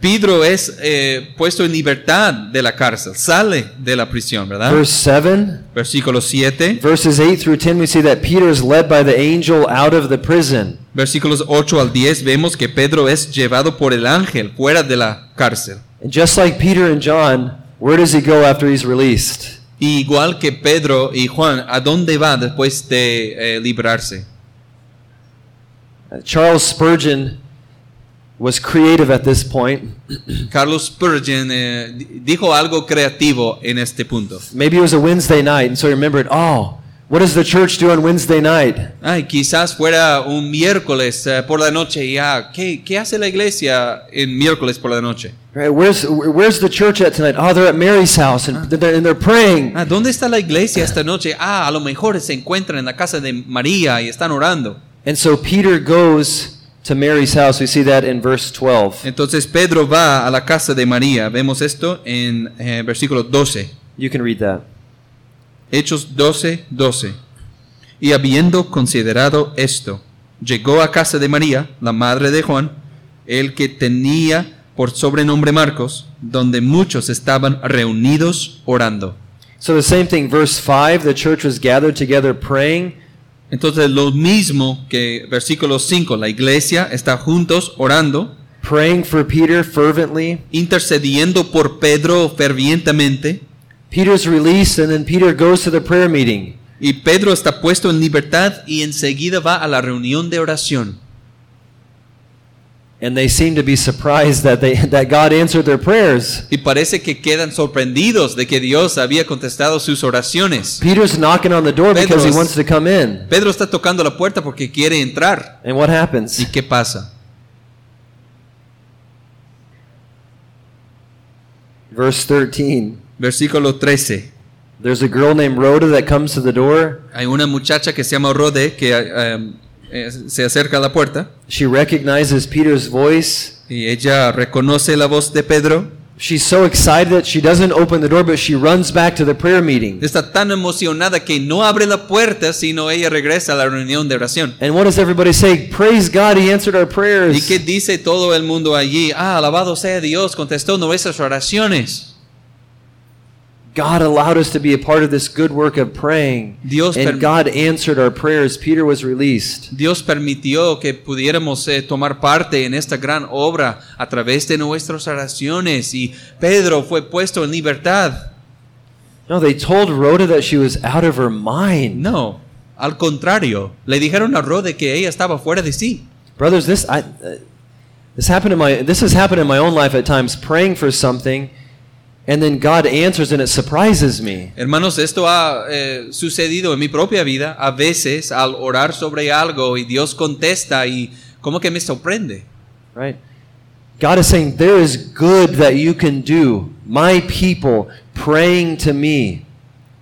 Pedro es eh, puesto en libertad de la cárcel, sale de la prisión, ¿verdad? Verse 7, Versículo 7, verses 8 through 10, we see that Peter is led by the angel out of the prison. versículos 8 al 10, vemos que Pedro es llevado por el ángel fuera de la cárcel. And just like Peter and John, where does he go after he's released? Y igual que Pedro y Juan, ¿a dónde va después de eh, librarse? Uh, Charles Spurgeon was creative at this point. Carlos Spurgeon eh, di- dijo algo creativo en este punto. Maybe it was a Wednesday night, and so he remembered, oh, what does the church do on Wednesday night? Ay, quizás fuera un miércoles eh, por la noche y ah, ¿qué, qué hace la iglesia en miércoles por la noche? Right, where's, where's the church at tonight? Oh, they're at Mary's house, and they're, and they're praying. Ah, ¿dónde está la iglesia esta noche? Ah, a lo mejor se encuentran en la casa de María y están orando. And so Peter goes to Mary's house. We see that in verse 12. Entonces Pedro va a la casa de María. Vemos esto en eh, versículo 12. You can read that. Hechos 12, 12. Y habiendo considerado esto, llegó a casa de María, la madre de Juan, el que tenía por sobrenombre Marcos, donde muchos estaban reunidos orando. So the same thing, verse 5, the church was gathered together praying. Entonces lo mismo que versículo 5, la iglesia está juntos orando, praying for Peter fervently. intercediendo por Pedro fervientemente, Peter's released, and then Peter goes to the prayer meeting. y Pedro está puesto en libertad y enseguida va a la reunión de oración. And they seem to be surprised that, they, [LAUGHS] that God answered their prayers. Y parece que quedan sorprendidos de que Dios había contestado sus oraciones. Peter's knocking on the door because he Pedro's- wants to come in. Pedro está tocando la puerta porque quiere entrar. And what ¿Y happens? qué pasa? Verse 13. Versículo 13. There's a girl named Rhoda that comes to the door. Hay una muchacha que se llama Rode que eh, eh, se acerca a la puerta She recognizes Peter's voice. y ella reconoce la voz de Pedro. She's so excited that she doesn't open the door, but she runs back to the prayer meeting. Está tan emocionada que no abre la puerta, sino ella regresa a la reunión de oración. And what does everybody say? Praise God, He answered our ¿Y prayers. qué dice todo el mundo allí? Ah, alabado sea Dios, contestó nuestras oraciones. God allowed us to be a part of this good work of praying. Dios and perm- God answered our prayers. Peter was released. Dios permitió que pudiéramos eh, tomar parte en esta gran obra a través de nuestras oraciones y Pedro fue puesto en libertad. No, they told Rhoda that she was out of her mind. No, al contrario, le dijeron a Rode que ella estaba fuera de sí. Brothers, this I, uh, this happened in my this has happened in my own life at times. Praying for something, and then God answers, and it surprises me. Hermanos, esto ha eh, sucedido en mi propia vida. A veces al orar sobre algo y Dios contesta y como que me sorprende. Right? God is saying there is good that you can do. My people praying to me.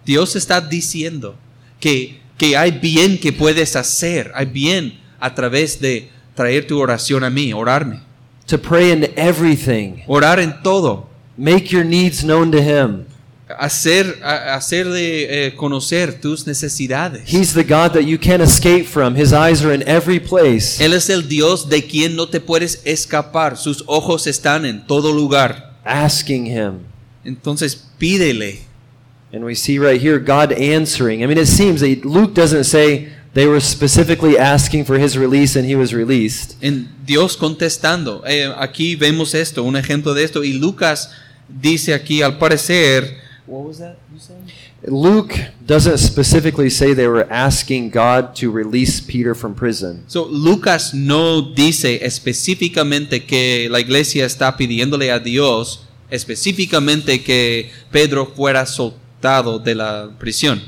Dios está diciendo que, que hay bien que puedes hacer, hay bien a través de traer tu oración a mí, orarme. to pray in everything. Orar en todo, Make your needs known to him. hacer, a- hacerle eh, conocer tus necesidades. He's the God that you can't escape from. His eyes are in every place. Él es el Dios de quien no te puedes escapar, sus ojos están en todo lugar. Asking him. Entonces pídele. And we see right here God answering. I mean, it seems that Luke doesn't say they were specifically asking for his release and he was released. En Dios contestando. Eh, aquí vemos esto, un ejemplo de esto. Y Lucas dice aquí, al parecer, Luke doesn't specifically say they were asking God to release Peter from prison. So, Lucas no dice específicamente que la iglesia está pidiéndole a Dios específicamente que Pedro fuera soltado de la prisión.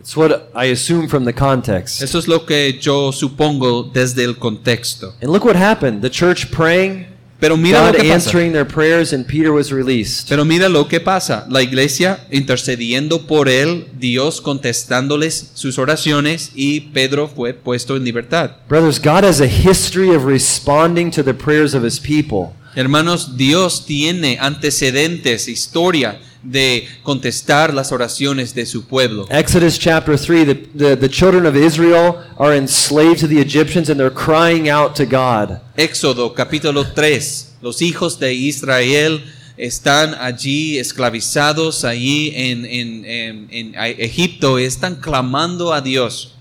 It's what I assume from the context. Eso es lo que yo supongo desde el contexto. And look what happened. The church praying, Pero mira God lo que pasa. answering their prayers, and Peter was released. Pero mira lo que pasa. La iglesia intercediendo por él, Dios contestándoles sus oraciones y Pedro fue puesto en libertad. Brothers, God has a history of responding to the prayers of his people. Hermanos, Dios tiene antecedentes, historia de contestar las oraciones de su pueblo. Exodus chapter 3, the, the, the children of Israel are enslaved to the Egyptians and they're crying out to God. Éxodo capítulo 3. Los hijos de Israel están allí esclavizados, allí en, en- en- en a- Egipto, y están clamando a Dios.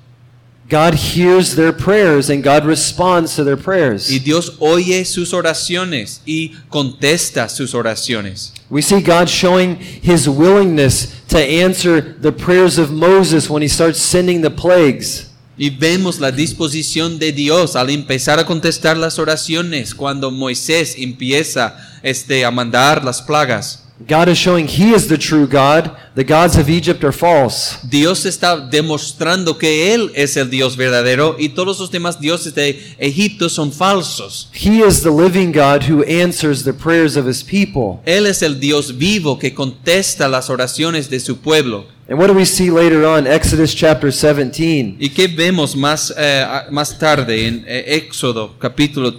God hears their prayers and God responds to their Y prayers. Dios oye sus oraciones y contesta sus oraciones. We see God showing his willingness to answer the prayers of Moses when he starts sending the plagues. Y vemos la disposición de Dios al empezar a contestar las oraciones cuando Moisés empieza este, a mandar las plagas. God is showing he is the true God. The gods of Egypt are false. Dios está demostrando que Él es el Dios verdadero y todos los demás dioses de Egipto son falsos. He is the living God who answers the prayers of his people. Él es el Dios vivo que contesta las oraciones de su pueblo. And what do we see later on? Exodus chapter 17. ¿Y qué vemos más, eh, a- más tarde en eh, Éxodo capítulo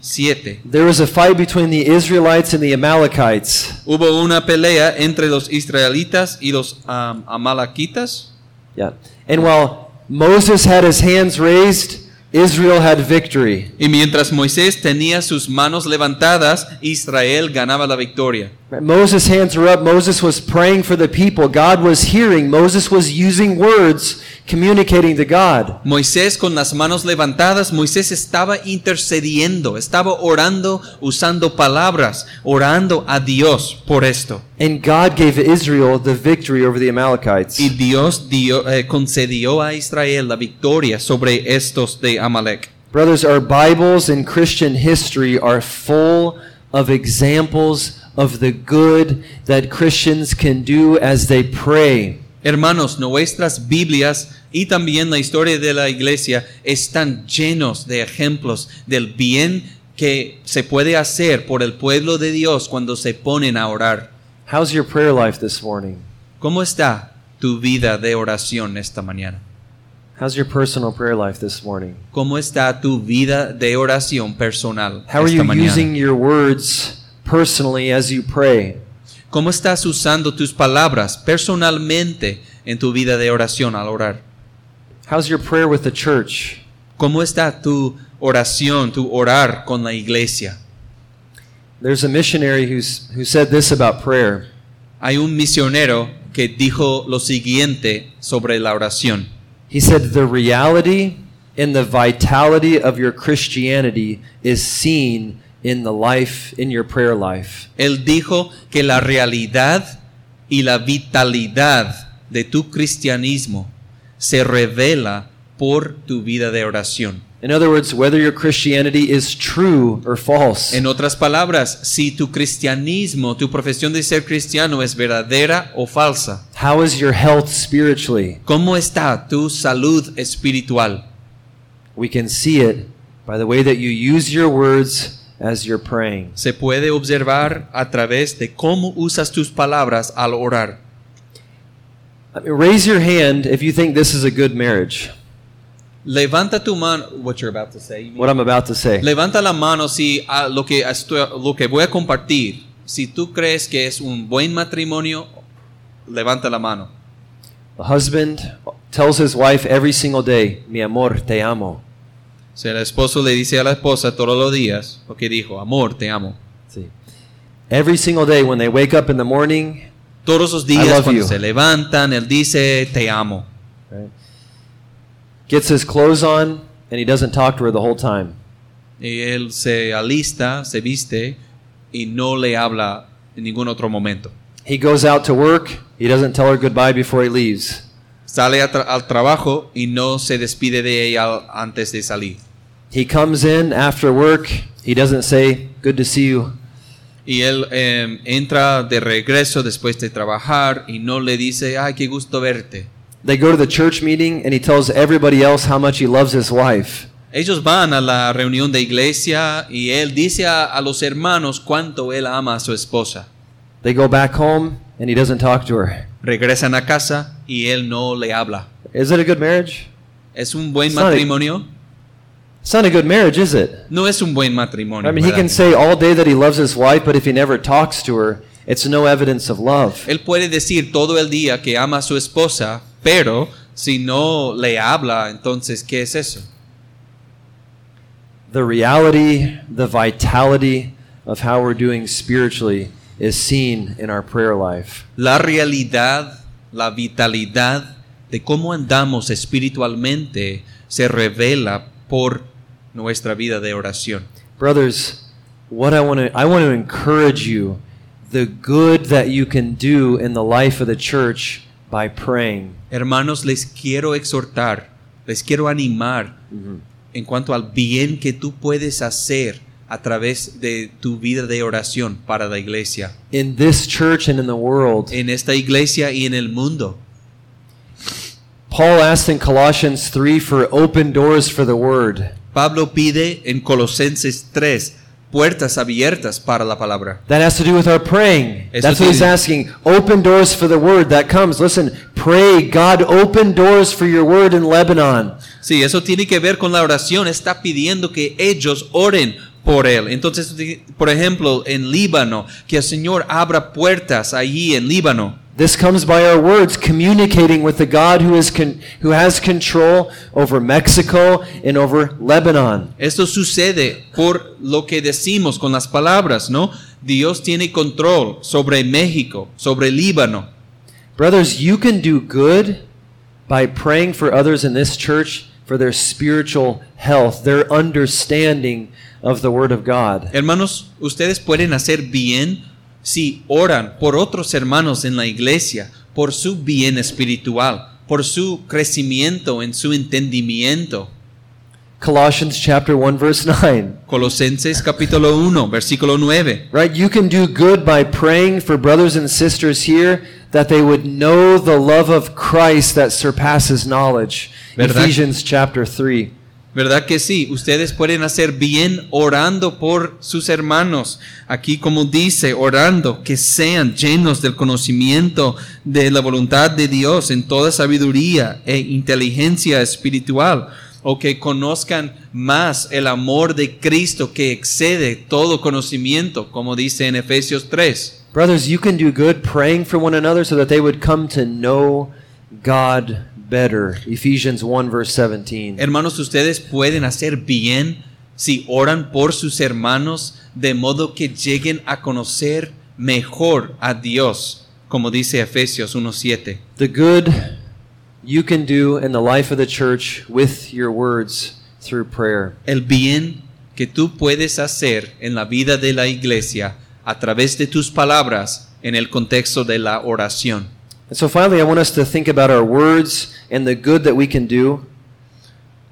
17? There was a fight between the Israelites and the Amalekites. Hubo una pelea entre los israelitas y los am- amalaquitas. Yeah. And while Moses had his hands raised, Israel had victory. Y mientras Moisés tenía sus manos levantadas, Israel ganaba la victoria. Moses' hands were up. Moses was praying for the people. God was hearing. Moses was using words, communicating to God. Moisés con las manos levantadas, Moisés estaba intercediendo, estaba orando, usando palabras, orando a Dios por esto. And God gave Israel the victory over the Amalekites. Y Dios dio- eh, concedió a Israel la victoria sobre estos de Amalek. Brothers, our Bibles and Christian history are full of examples of the good that Christians can do as they pray. Hermanos, nuestras Biblias y también la historia de la iglesia están llenos de ejemplos del bien que se puede hacer por el pueblo de Dios cuando se ponen a orar. How's your prayer life this morning? ¿Cómo está tu vida de oración esta mañana? How's your personal prayer life this morning? ¿Cómo está tu vida de oración personal How are esta you mañana? using your words personally as you pray? ¿Cómo estás usando tus palabras personalmente en tu vida de oración al orar? How's your prayer with the church? ¿Cómo está tu oración, tu orar con la iglesia? There's a missionary who's, who said this about prayer. Hay un misionero que dijo lo siguiente sobre la oración. He said, The reality and the vitality of your Christianity is seen in the life, in your prayer life. Él dijo que la realidad y la vitalidad de tu cristianismo se revela por tu vida de oración. In other words, whether your Christianity is true or false. En otras palabras, si tu cristianismo, tu profesión de ser cristiano es verdadera o falsa, How is your health spiritually? ¿cómo está tu salud espiritual? We can see it by the way that you use your words as you're praying. Se puede observar a través de cómo usas tus palabras al orar. I mean, raise your hand if you think this is a good marriage, Levanta tu mano. What you're about to say, you mean? what I'm about to say. Levanta la mano si ah, lo, que estoy- lo que voy a compartir, si tú crees que es un buen matrimonio, levanta la mano. The husband tells his wife every single day, Mi amor, te amo. Si el esposo le dice a la esposa todos los días lo que dijo, amor, te amo. See. Every single day when they wake up in the morning, Todos los I días love cuando you. se levantan, él dice, te amo. right, gets his clothes on, and he doesn't talk to her the whole time. Y él se alista, se viste y no le habla en ningún otro momento. He goes out to work, he doesn't tell her goodbye before he leaves. Sale a tra- al trabajo y no se despide de ella antes de salir. He comes in after work, he doesn't say, Good to see you. Y él eh, entra de regreso después de trabajar y no le dice, ay, qué gusto verte. They go to the church meeting, and he tells everybody else how much he loves his wife. Ellos van a la reunión de iglesia y él dice a, a los hermanos cuánto él ama a su esposa. They go back home, and he doesn't talk to her. Regresan a casa y él no le habla. Is it a good marriage? ¿Es un buen Sorry. matrimonio? It's not a good marriage, is it? No es un buen matrimonio. I mean, he ¿verdad? can say all day that he loves his wife, but if he never talks to her, it's no evidence of love. Él puede decir todo el día que ama a su esposa, pero si no le habla, entonces, ¿qué es eso? The reality, the vitality of how we're doing spiritually is seen in our prayer life. la realidad, la vitalidad de cómo andamos espiritualmente se revela por nuestra vida de oración. Brothers, what I want to I want to encourage you the good that you can do in the life of the church by praying. Hermanos, les quiero exhortar, les quiero animar en cuanto al bien que tú puedes hacer a través de tu vida de oración para la iglesia, In this church and in the world. en esta iglesia y en el mundo. Paul asked in Colossians 3 for open doors for the word. Pablo pide en Colosenses 3 puertas abiertas para la palabra. That has to do with our praying. Eso That's what he's tiene- asking. Open doors for the word that comes. Listen, pray, God, open doors for your word in Lebanon. Sí, eso tiene que ver con la oración. Está pidiendo que ellos oren por él. Entonces, di- por ejemplo, en Líbano, que el Señor abra puertas allí en Líbano. This comes by our words, communicating with the God who, is con- who has control over Mexico and over Lebanon. Esto sucede por lo que decimos con las palabras, ¿no? Dios tiene control sobre México, sobre Líbano. Brothers, you can do good by praying for others in this church for their spiritual health, their understanding of the Word of God. Hermanos, ustedes pueden hacer bien si oran por otros hermanos en la iglesia, por su bien espiritual, por su crecimiento en su entendimiento. Colossians chapter 1 verse 9. Colosenses capítulo 1, versículo 9. Right? You can do good by praying for brothers and sisters here that they would know the love of Christ that surpasses knowledge. ¿Verdad? Ephesians chapter 3. ¿Verdad que sí? Ustedes pueden hacer bien orando por sus hermanos. Aquí como dice, orando, que sean llenos del conocimiento de la voluntad de Dios en toda sabiduría e inteligencia espiritual, o que conozcan más el amor de Cristo que excede todo conocimiento, como dice en Efesios 3. Brothers, you can do good praying for one another so that they would come to know God better. Ephesians 1, verse 17. Hermanos, ustedes pueden hacer bien si oran por sus hermanos de modo que lleguen a conocer mejor a Dios, como dice Efesios 1.7. The good you can do in the life of the church with your words through prayer. El bien que tú puedes hacer en la vida de la iglesia a través de tus palabras en el contexto de la oración. And so finally, I want us to think about our words and the good that we can do.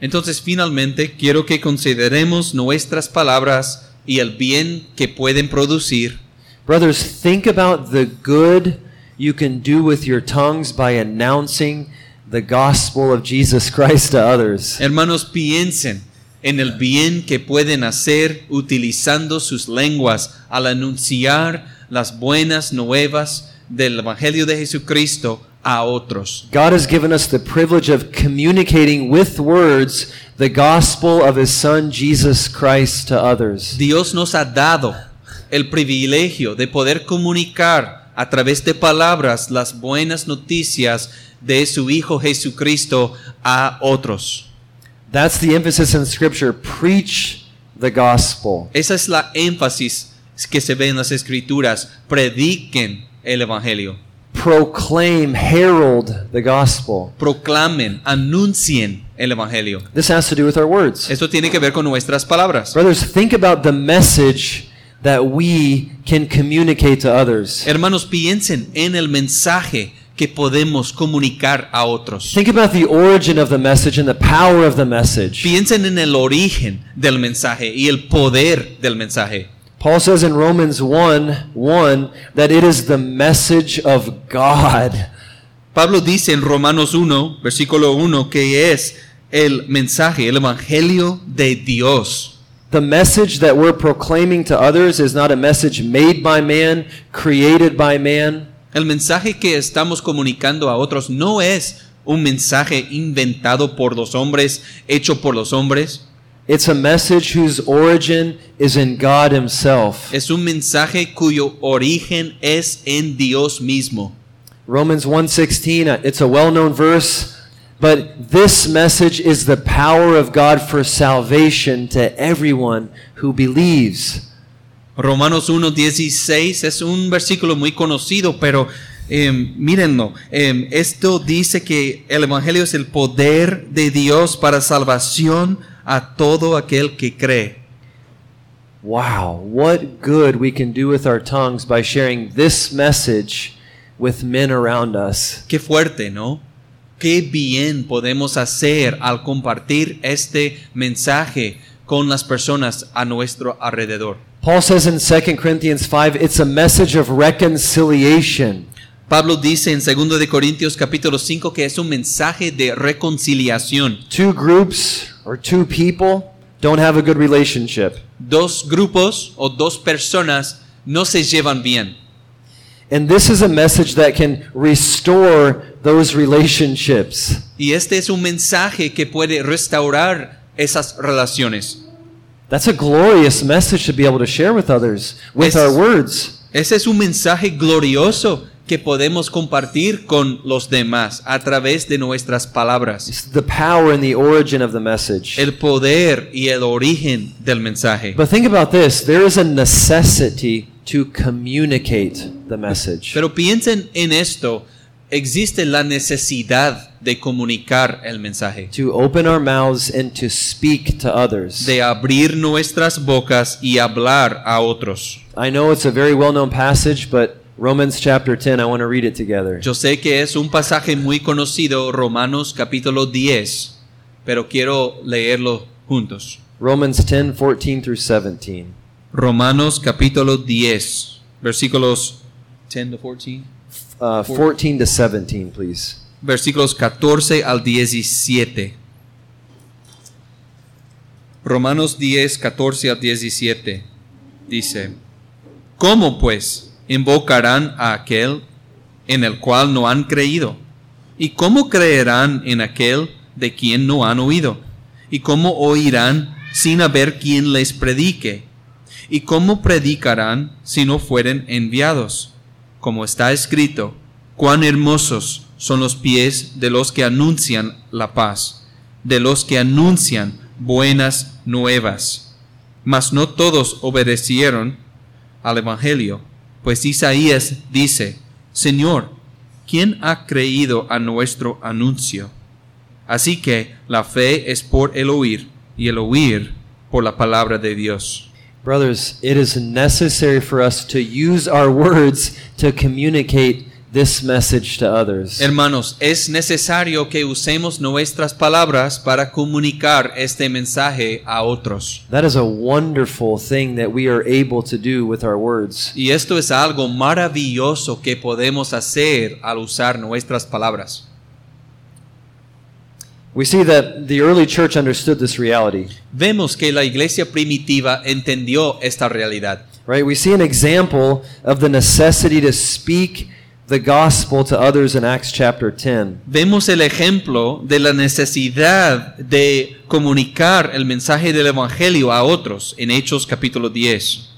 Entonces, finalmente, quiero que consideremos nuestras palabras y el bien que pueden producir. Brothers, think about the good you can do with your tongues by announcing the gospel of Jesus Christ to others. Hermanos, piensen en el bien que pueden hacer utilizando sus lenguas al anunciar las buenas nuevas del Evangelio de Jesucristo a otros. God has given us the privilege of communicating with words the gospel of his son Jesus Christ to others. Dios nos ha dado el privilegio de poder comunicar a través de palabras las buenas noticias de su Hijo Jesucristo a otros. That's the emphasis in scripture. Preach the gospel. Esa es la énfasis que se ve en las escrituras. Prediquen el Evangelio. Proclaim, herald the gospel. Proclamen, anuncien el Evangelio. This has to do with our words. Esto tiene que ver con nuestras palabras. Brothers, think about the message that we can communicate to others. Hermanos, piensen en el mensaje que podemos comunicar a otros. Think about the origin of the message and the power of the message. Piensen en el origen del mensaje y el poder del mensaje. Paul says in Romans 1 1 that it is the message of God. Pablo dice en Romanos 1, versículo 1, que es el mensaje, el evangelio de Dios. The message that we're proclaiming to others is not a message made by man, created by man. El mensaje que estamos comunicando a otros no es un mensaje inventado por los hombres, hecho por los hombres. It's a message whose origin is in God Himself. Es un mensaje cuyo origen es en Dios mismo. Romans 1:16, it's a well-known verse, but this message is the power of God for salvation to everyone who believes. Romanos 1.16 es un versículo muy conocido, pero eh, mírenlo. Eh, esto dice que el Evangelio es el poder de Dios para salvación a todo aquel que cree. Wow, what good we can do with our tongues by sharing this message with men around us. Qué fuerte, ¿no? Qué bien podemos hacer al compartir este mensaje con las personas a nuestro alrededor. Paul says in 2 Corinthians 5, it's a message of reconciliation. Pablo dice en 2 de Corintios capítulo 5 que es un mensaje de reconciliación. Two groups or two people don't have a good relationship, Dos grupos o dos personas no se llevan bien. and this is a message that can restore those relationships. Y este es un mensaje que puede restaurar esas relaciones. That's a glorious message to be able to share with others with Es- our words. Ese es un mensaje glorioso que podemos compartir con los demás a través de nuestras palabras. It's the power and the origin of the message. El poder y el origen del mensaje. But think about this there is a necessity to communicate the message. Pero piensen en esto. Existe la necesidad de comunicar el mensaje, To open our mouths and to speak to others. de abrir nuestras bocas y hablar a otros. I know it's a very well known passage, but Romans chapter 10, I want to read it together. Yo sé que es un pasaje muy conocido, Romanos capítulo 10, pero quiero leerlo juntos. Romans 10, 14 through 17. Romanos capítulo 10, versículos 10 to 14. Uh, 14 to 17, please. versículos 14 al 17. Romanos 10, 14 al 17 dice, ¿cómo pues invocarán a aquel en el cual no han creído? ¿Y cómo creerán en aquel de quien no han oído? ¿Y cómo oirán sin haber quien les predique? ¿Y cómo predicarán si no fueren enviados? Como está escrito, cuán hermosos son los pies de los que anuncian la paz, de los que anuncian buenas nuevas. Mas no todos obedecieron al Evangelio, pues Isaías dice, Señor, ¿quién ha creído a nuestro anuncio? Así que la fe es por el oír y el oír por la palabra de Dios. Brothers, it is necessary for us to use our words to communicate this message to others. Hermanos, es necesario que usemos nuestras palabras para comunicar este mensaje a otros. That is a wonderful thing that we are able to do with our words. Y esto es algo maravilloso que podemos hacer al usar nuestras palabras. We see that the early church understood this reality, Vemos que la iglesia primitiva entendió esta realidad. right? We see an example of the necessity to speak the gospel to others in Acts chapter 10. Vemos el ejemplo de la necesidad de comunicar el mensaje del Evangelio a otros en Hechos capítulo 10.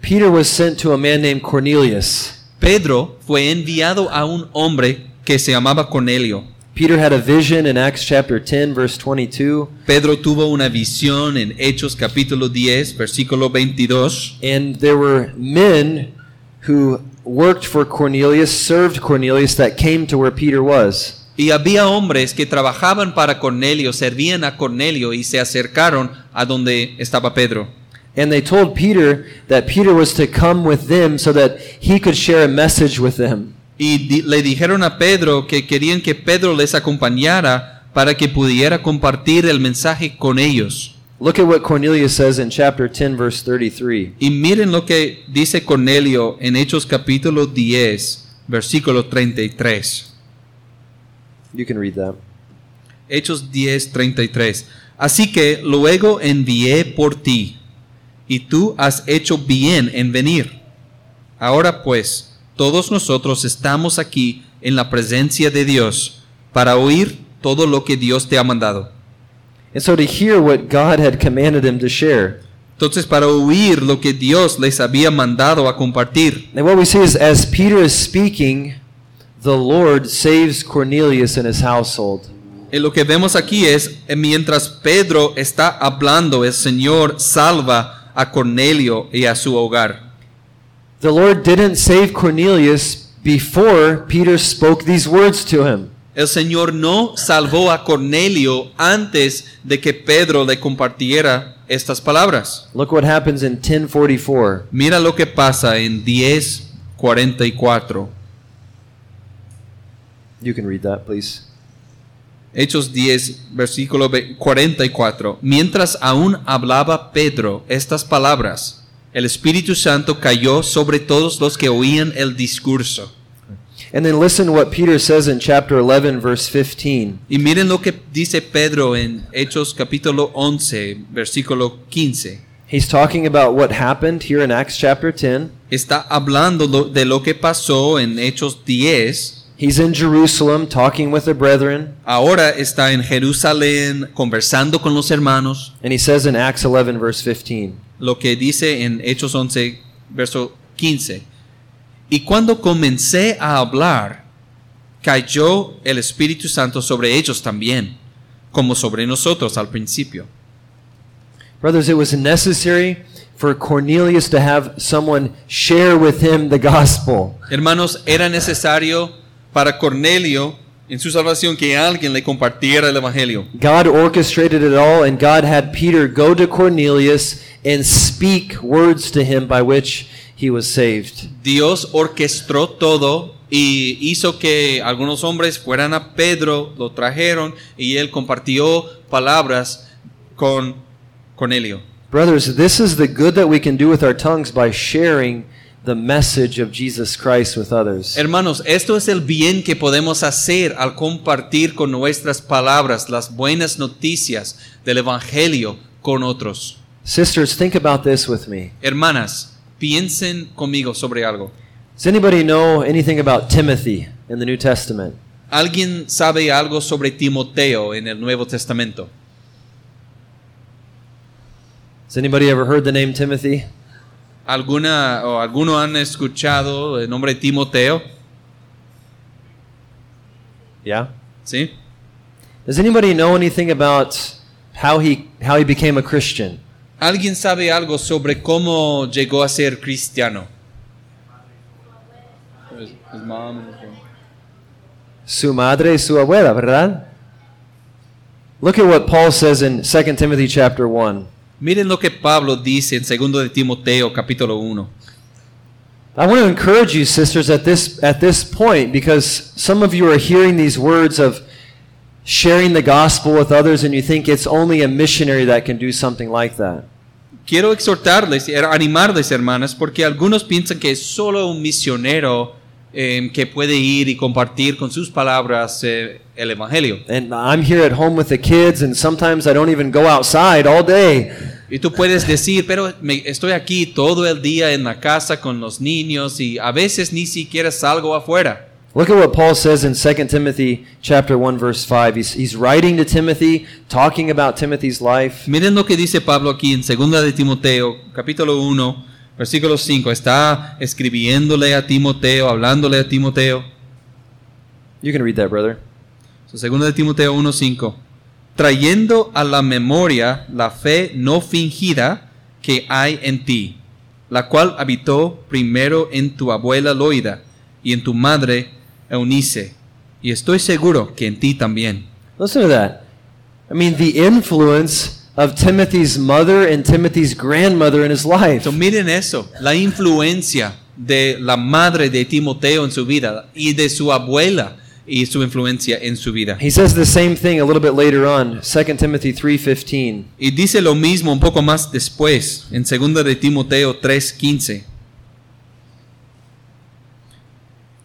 Peter was sent to a man named Cornelius. Pedro fue enviado a un hombre que se llamaba Cornelio. Peter had a vision in Acts chapter 10, verse 22, Pedro tuvo una visión en Hechos capítulo 10, versículo 22, and there were men who worked for Cornelius, served Cornelius, that came to where Peter was. y había hombres que trabajaban para Cornelio, servían a Cornelio y se acercaron a donde estaba Pedro. And they told Peter that Peter was to come with them so that he could share a message with them. Y di- le dijeron a Pedro que querían que Pedro les acompañara para que pudiera compartir el mensaje con ellos. Look at what Cornelius says in chapter 10, verse 33. Y miren lo que dice Cornelio en Hechos capítulo 10, versículo 33. You can read that. Hechos 10:33. Así que luego envié por ti, y tú has hecho bien en venir. Ahora pues, todos nosotros estamos aquí en la presencia de Dios para oír todo lo que Dios te ha mandado. And so to hear what God had commanded him to share. Entonces, para oír lo que Dios les había mandado a compartir. And what we see is as Peter is speaking, the Lord saves Cornelius and his household. Y eh, lo que vemos aquí es, eh, mientras Pedro está hablando, el Señor salva a Cornelio y a su hogar. The Lord didn't save Cornelius before Peter spoke these words to him. El Señor no salvó a Cornelio antes de que Pedro le compartiera estas palabras. Look what happens in 1044. Mira lo que pasa en 10:44. You can read that, please. Hechos 10, versículo ve- 44. Mientras aún hablaba Pedro estas palabras, el Espíritu Santo cayó sobre todos los que oían el discurso. And then listen what Peter says in chapter 11, verse 15. Y miren lo que dice Pedro en Hechos capítulo 11, versículo 15. He's talking about what happened here in Acts chapter 10. está hablando lo- de lo que pasó en Hechos 10. He's in Jerusalem talking with the brethren. Ahora está en Jerusalén conversando con los hermanos. And he says in Acts 11, verse 15. Lo que dice en Hechos 11, verso 15. Y cuando comencé a hablar, cayó el Espíritu Santo sobre ellos también, como sobre nosotros al principio. Brothers, it was necessary for Cornelius to have someone share with him the gospel. Hermanos, era necesario para Cornelio en su salvación que alguien le compartiera el Evangelio. God orchestrated it all, and God had Peter go to Cornelius and speak words to him by which he was saved. Dios orquestó todo y hizo que algunos hombres fueran a Pedro, lo trajeron y él compartió palabras con Cornelio. Brothers, this is the good that we can do with our tongues by sharing the message of Jesus Christ with others. Hermanos, esto es el bien que podemos hacer al compartir con nuestras palabras las buenas noticias del Evangelio con otros. Sisters, think about this with me. Hermanas, piensen conmigo sobre algo. Does anybody know anything about Timothy in the New Testament? ¿Alguien sabe algo sobre Timoteo en el Nuevo Testamento? Has anybody ever heard the name Timothy? ¿Alguna o alguno han escuchado el nombre Timoteo? Yeah. ¿Sí? Does anybody know anything about how he how he became a Christian? ¿Alguien sabe algo sobre cómo llegó a ser cristiano? Su madre, su abuela, ¿verdad? Look at what Paul says in 2 Timothy chapter 1. Miren lo que Pablo dice en 2 de Timoteo capítulo 1. I want to encourage you, sisters, at this at this point, because some of you are hearing these words of sharing the gospel with others, and you think it's only a missionary that can do something like that. Quiero exhortarles, er- animarles hermanas, porque algunos piensan que es solo un misionero em, que puede ir y compartir con sus palabras eh, el Evangelio. And I'm here at home with the kids, and sometimes I don't even go outside all day. Y tú puedes decir, pero me- estoy aquí todo el día en la casa con los niños y a veces ni siquiera salgo afuera. Look at what Paul says in 2 Timothy chapter 1 verse 5. He's, he's writing to Timothy, talking about Timothy's life. Miren lo que dice Pablo aquí en 2 de Timoteo, capítulo 1, versículo 5. Está escribiéndole a Timoteo, hablándole a Timoteo. You can read that, brother. So, 2 de Timoteo 1:5. Trayendo a la memoria la fe no fingida que hay en ti, la cual habitó primero en tu abuela Loida y en tu madre Eunice, y estoy seguro que en ti también. Listen to that. I mean, the influence of Timothy's mother and Timothy's grandmother in his life. So, miren eso, la influencia de la madre de Timoteo en su vida y de su abuela y su influencia en su vida. He says the same thing a little bit later on, 2 Timothy 3:15. Y dice lo mismo un poco más después, en 2 de Timoteo 3:15.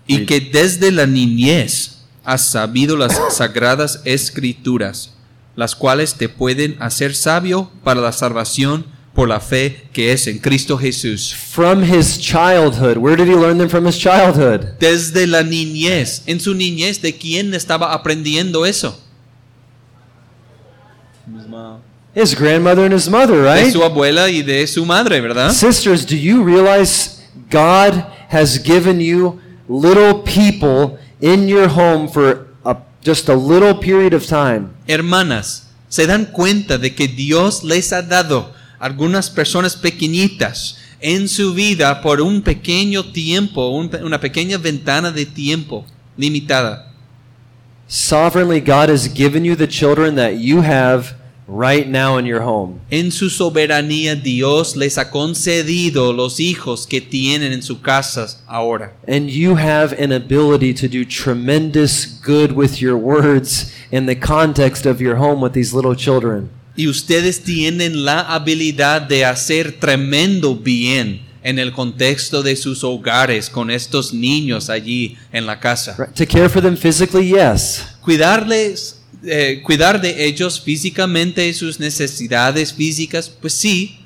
Y que desde la niñez has sabido las sagradas escrituras, las cuales te pueden hacer sabio para la salvación por la fe que es en Cristo Jesús. From his childhood. Where did he learn them from his childhood? Desde la niñez, en su niñez, ¿de quién estaba aprendiendo eso? His grandmother and his mother, De right? su abuela y de su madre, ¿verdad? Sisters, do you realize God has given you little people in your home for a, just a little period of time? Hermanas, ¿se dan cuenta de que Dios les ha dado algunas personas pequeñitas en su vida por un pequeño tiempo, un pe- una pequeña ventana de tiempo limitada? Sovereignly, God has given you the children that you have right now in your home. En su soberanía Dios les ha concedido los hijos que tienen en sus casas ahora. And you have an ability to do tremendous good with your words in the context of your home with these little children. Y ustedes tienen la habilidad de hacer tremendo bien en el contexto de sus hogares con estos niños allí en la casa. Right? To care for them physically, yes. cuidarles, eh, cuidar de ellos físicamente, sus necesidades físicas, pues sí,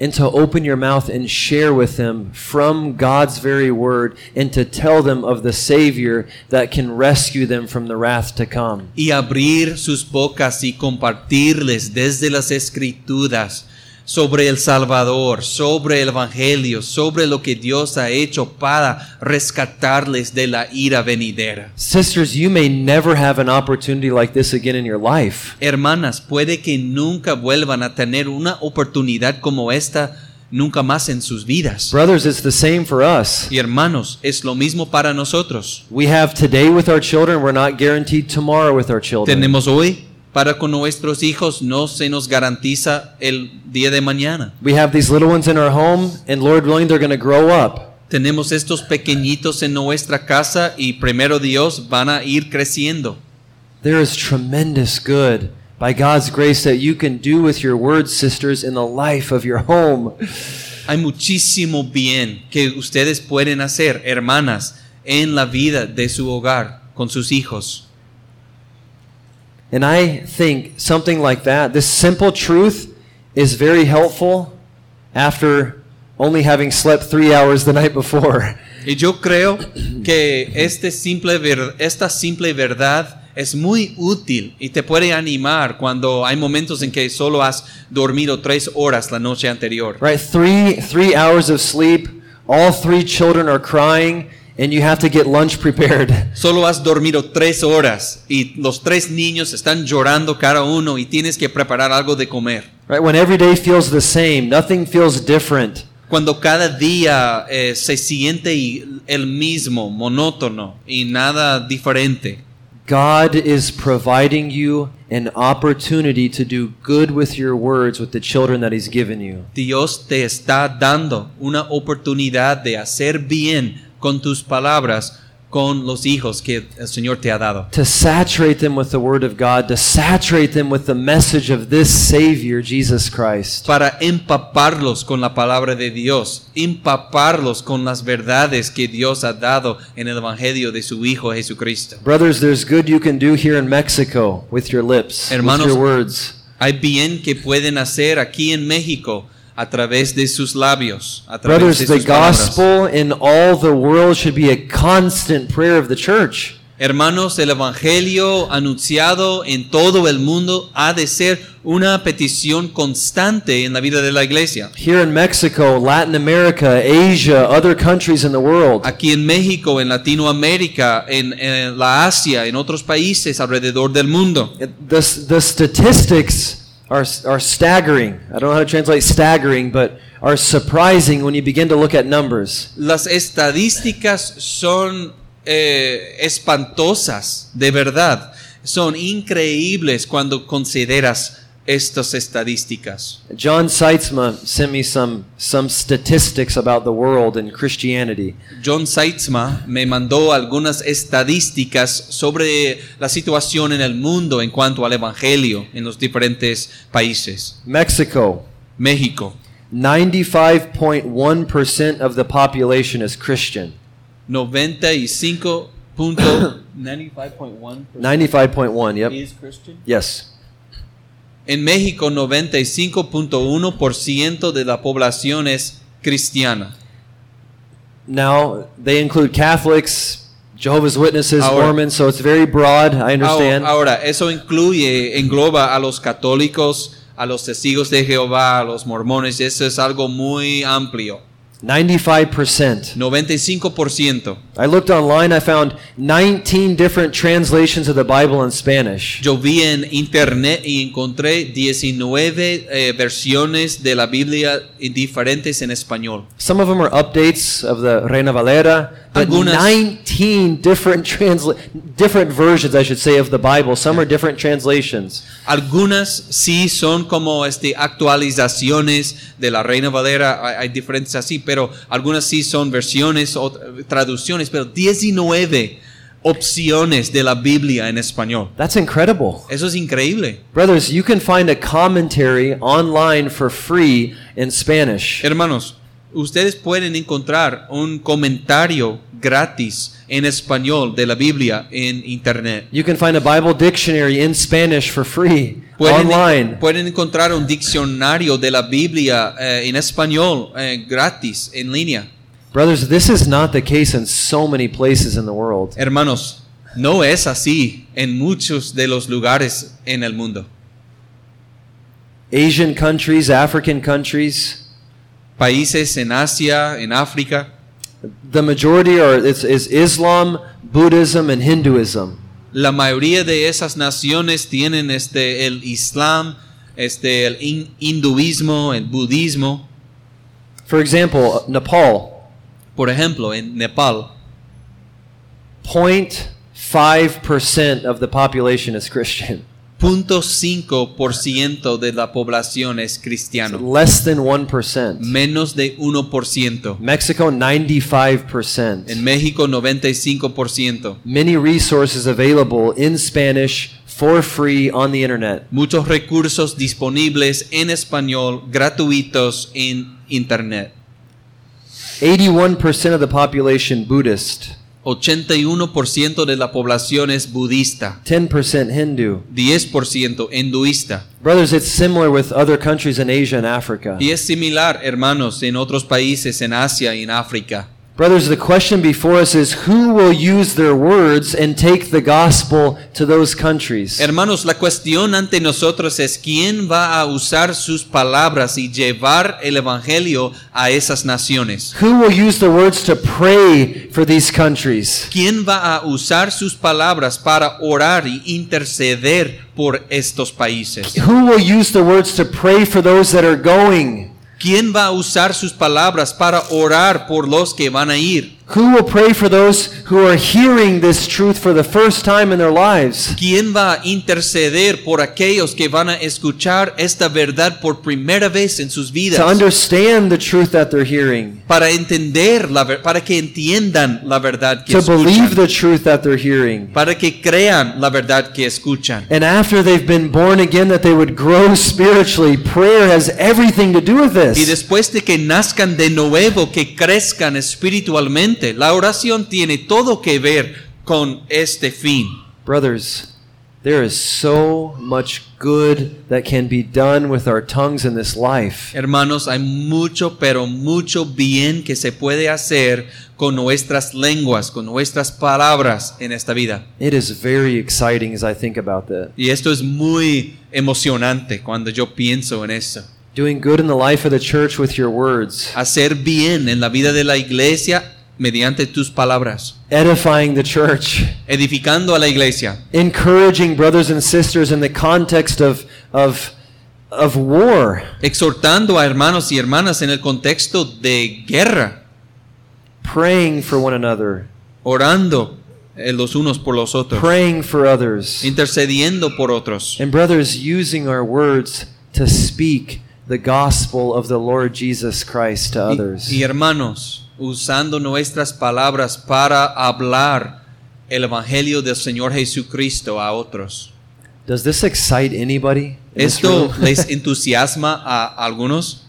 and to open your mouth and share with them from God's very word and to tell them of the Savior that can rescue them from the wrath to come. y abrir sus bocas y compartirles desde las escrituras sobre el Salvador, sobre el Evangelio, sobre lo que Dios ha hecho para rescatarles de la ira venidera. Sisters, you may never have an opportunity like this again in your life. Hermanas, puede que nunca vuelvan a tener una oportunidad como esta nunca más en sus vidas. Brothers, it's the same for us. Y hermanos, es lo mismo para nosotros. We have today with our children, we're not guaranteed tomorrow with our children. tenemos hoy para con nuestros hijos no se nos garantiza el día de mañana. We have these little ones in our home, and Lord willing, they're going to grow up. Tenemos estos pequeñitos en nuestra casa y primero Dios van a ir creciendo. There is tremendous good by God's grace that you can do with your words, sisters, in the life of your home. Hay muchísimo bien que ustedes pueden hacer, hermanas, en la vida de su hogar con sus hijos. And I think something like that, this simple truth, is very helpful after only having slept three hours the night before. [LAUGHS] Y yo creo que este simple ver- esta simple verdad es muy útil y te puede animar cuando hay momentos en que solo has dormido tres horas la noche anterior. Right? Three, three hours of sleep, all three children are crying, and you have to get lunch [LAUGHS] prepared. Solo has dormido tres horas y los tres niños están llorando cada uno y tienes que preparar algo de comer. Right? When every day feels the same, nothing feels different. Cuando cada día eh, se siente y- el mismo, monótono y nada diferente. God is providing you an opportunity to do good with your words with the children that He's given you. Dios te está dando una oportunidad de hacer bien con tus palabras, con los hijos que el Señor te ha dado. To saturate them with the Word of God, to saturate them with the message of this Savior, Jesus Christ. Para empaparlos con la palabra de Dios, empaparlos con las verdades que Dios ha dado en el Evangelio de su Hijo Jesucristo. Brothers, there's good you can do here in Mexico with your lips, Hermanos- with your words. Hay bien que pueden hacer aquí en México a través de sus labios, a través Brothers, de the sus palabras. gospel in all the world should be a constant prayer of the church. Hermanos, el Evangelio anunciado en todo el mundo ha de ser una petición constante en la vida de la iglesia. Here in Mexico, Latin America, Asia, other countries in the world. Aquí en México, en Latinoamérica, en, en la Asia, en otros países alrededor del mundo. It- the, the statistics are, are staggering. I don't know how to translate staggering, but are surprising when you begin to look at numbers. Las estadísticas son eh, espantosas, de verdad. Son increíbles cuando consideras estas estadísticas. John Seitzma sent me some, some statistics about the world and Christianity. John Seitzma me mandó algunas estadísticas sobre la situación en el mundo en cuanto al Evangelio en los diferentes países. Mexico, México, 95.1% of the population is Christian. 95.1% [COUGHS] 95.1% 95.1, yep. is Christian. Yes. En México, 95.1% de la población es cristiana. Now, they include Catholics, Jehovah's Witnesses, Ahora- Mormons, so it's very broad, I understand. Ahora, ahora, eso incluye, engloba a los católicos, a los testigos de Jehová, a los mormones, eso es algo muy amplio. 95%. 95%. I looked online, I found 19 different translations of the Bible in Spanish. Yo vi en internet y encontré 19 eh, versiones de la Biblia y diferentes en español. Some of them are updates of the Reina Valera, but Algunas- 19 different transla- different versions, I should say, of the Bible. Some are different translations. Algunas sí son como este, actualizaciones de la Reina Valera, hay, hay diferentes así, pero algunas sí son versiones o traducciones, pero 19 opciones de la Biblia en español. That's incredible. Eso es increíble. Brothers, you can find a commentary online for free in Spanish. Hermanos, ustedes pueden encontrar un comentario gratis en español de la Biblia en internet. You can find a Bible dictionary in Spanish for free Pueden, online. pueden encontrar un diccionario de la Biblia eh, en español eh, gratis en línea. Brothers, this is not the case in so many places in the world. Hermanos, no es así en muchos de los lugares en el mundo. Asian countries, African countries, Países en Asia, en África, the majority are it's, is Islam, Buddhism, and Hinduism. la mayoría de esas naciones tienen este, el Islam, este, el hin- hinduismo, el budismo. For example, Nepal, Por ejemplo, en Nepal, 0.5% of the population is Christian, 0.5% de la población es So cristiano, less than 1%. menos de 1%. Mexico, En 95%. México, 95%. Many resources available in Spanish for free on the internet. Muchos recursos disponibles en español, gratuitos en Internet. 81% of the population Buddhist. 81% de la población es budista, 10% Hindu. 10% hinduista. Brothers, it's similar with other countries in Asia and Africa. Y es similar, hermanos, en otros países, en Asia y en África. Brothers, the question before us is who will use their words and take the gospel to those countries? Hermanos, la cuestión ante nosotros es quién va a usar sus palabras y llevar el Evangelio a esas naciones. Who will use the words to pray for these countries? ¿Quién va a usar sus palabras para orar y interceder por estos países? Who will use the words to pray for those that are going? ¿Quién va a usar sus palabras para orar por los que van a ir? Who will pray for those who are hearing this truth for the first time in their lives? ¿Quién va a interceder por aquellos que van a escuchar esta verdad por primera vez en sus To vidas? understand the truth that they're hearing, Para entender la ver- para que entiendan la verdad que to believe escuchan, the truth that they're hearing. para que crean la verdad que escuchan. And after they've been born again, that they would grow spiritually. Prayer has everything to do with Y this. después de que nazcan de nuevo, que crezcan espiritualmente, la oración tiene todo que ver con este fin. Brothers, there is so much good that can be done with our tongues in this life. Hermanos, hay mucho, pero mucho bien que se puede hacer con nuestras lenguas, con nuestras palabras en esta vida. It is very exciting as I think about that. Y esto es muy emocionante cuando yo pienso en eso. Doing good in the life of the church with your words, Hacer bien en la vida de la iglesia mediante tus palabras. edifying the church, Edificando a la iglesia. encouraging brothers and sisters in the context of, of, of war, Exhortando a hermanos y hermanas en el contexto de guerra. praying for one another, Orando eh, los unos por los otros. praying for others. Intercediendo por otros. And brothers, using our words to speak the gospel of the Lord Jesus Christ to Y- others. Y, hermanos, usando nuestras palabras para hablar el evangelio del Señor Jesucristo a otros. Does this excite anybody? in this [LAUGHS] ¿Esto room? les entusiasma a algunos?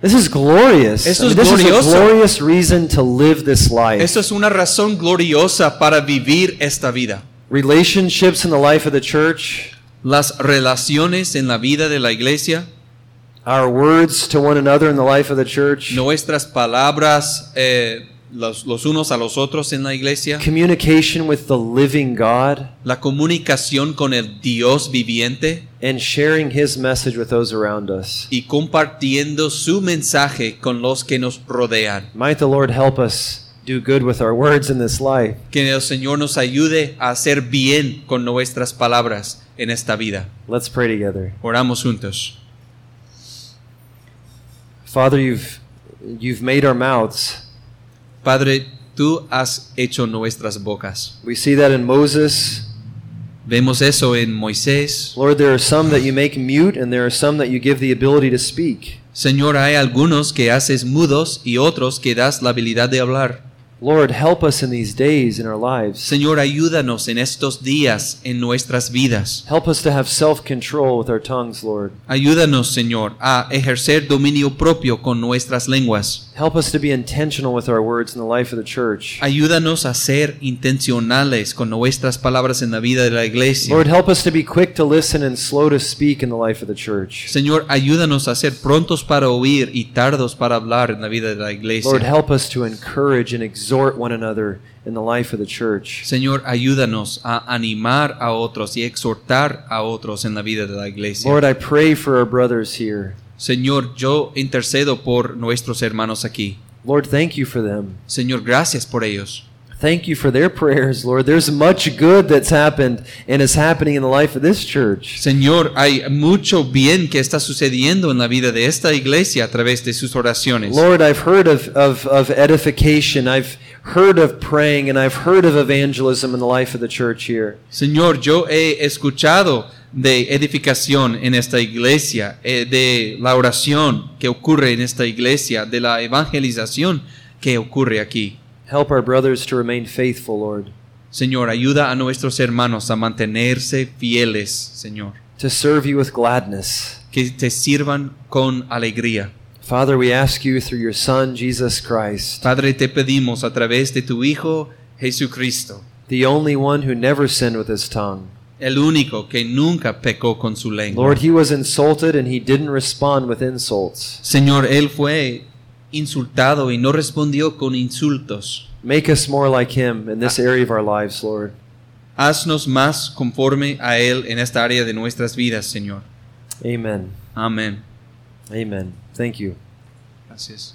this is glorious. Esto I mean, es this is a glorioso. glorious reason to live this life. Esto es una razón gloriosa para vivir esta vida. Relationships in the life of the church, Las relaciones en la vida de la iglesia, our words to one another in the life of the church, nuestras palabras eh, los, los unos a los otros en la iglesia, communication with the living God, la comunicación con el Dios viviente and sharing His message with those around us. y compartiendo su mensaje con los que nos rodean. Might the Lord help us do good with our words in this life. Que el Señor nos ayude a hacer bien con nuestras palabras en esta vida. Let's pray together. Oramos juntos. Father, you've you've made our mouths. Padre, tú has hecho nuestras bocas. We see that in Moses. Vemos eso en Moisés. Lord, there are some that you make mute and there are some that you give the ability to speak. Señor, hay algunos que haces mudos y otros que das la habilidad de hablar. Lord, help us in these days in our lives. Señor, ayúdanos en estos días, en nuestras vidas. Help us to have self-control with our tongues, Lord. Ayúdanos, Señor, a ejercer dominio propio con nuestras lenguas. Help us to be intentional with our words in the life of the church. Ayúdanos a ser intencionales con nuestras palabras en la vida de la iglesia. Lord, help us to be quick to listen and slow to speak in the life of the church. Señor, ayúdanos a ser prontos para oír y tardos para hablar en la vida de la iglesia. Lord, help us to encourage and exhort one another in the life of the church. Señor, ayúdanos a animar a otros y exhortar a otros en la vida de la iglesia. Lord, I pray for our brothers here. Señor, yo intercedo por nuestros hermanos aquí. Lord, thank you for them. Señor, gracias por ellos. Thank you for their prayers, Lord. There's much good that's happened and is happening in the life of this church. Señor, hay mucho bien que está sucediendo en la vida de esta iglesia a través de sus oraciones. Lord, I've heard of, of, of edification. I've heard of praying and I've heard of evangelism in the life of the church here. Señor, yo he escuchado de edificación en esta iglesia, eh, de la oración que ocurre en esta iglesia, de la evangelización que ocurre aquí. Help our brothers to remain faithful, Lord, Señor, ayuda a nuestros hermanos a mantenerse fieles, Señor, to serve you with gladness. que te sirvan con alegría. Father, we ask you through your Son, Jesus Christ, Padre, te pedimos a través de tu Hijo Jesucristo, the only one who never sinned with his tongue. el único que nunca pecó con su lengua. Lord, he was insulted and he didn't respond with insults. Señor, él fue insultado y no respondió con insultos. Make us more like him in this area of our lives, Lord. Haznos más conforme a él en esta área de nuestras vidas, Señor. Amen. Amén. Amen. Thank you. Gracias.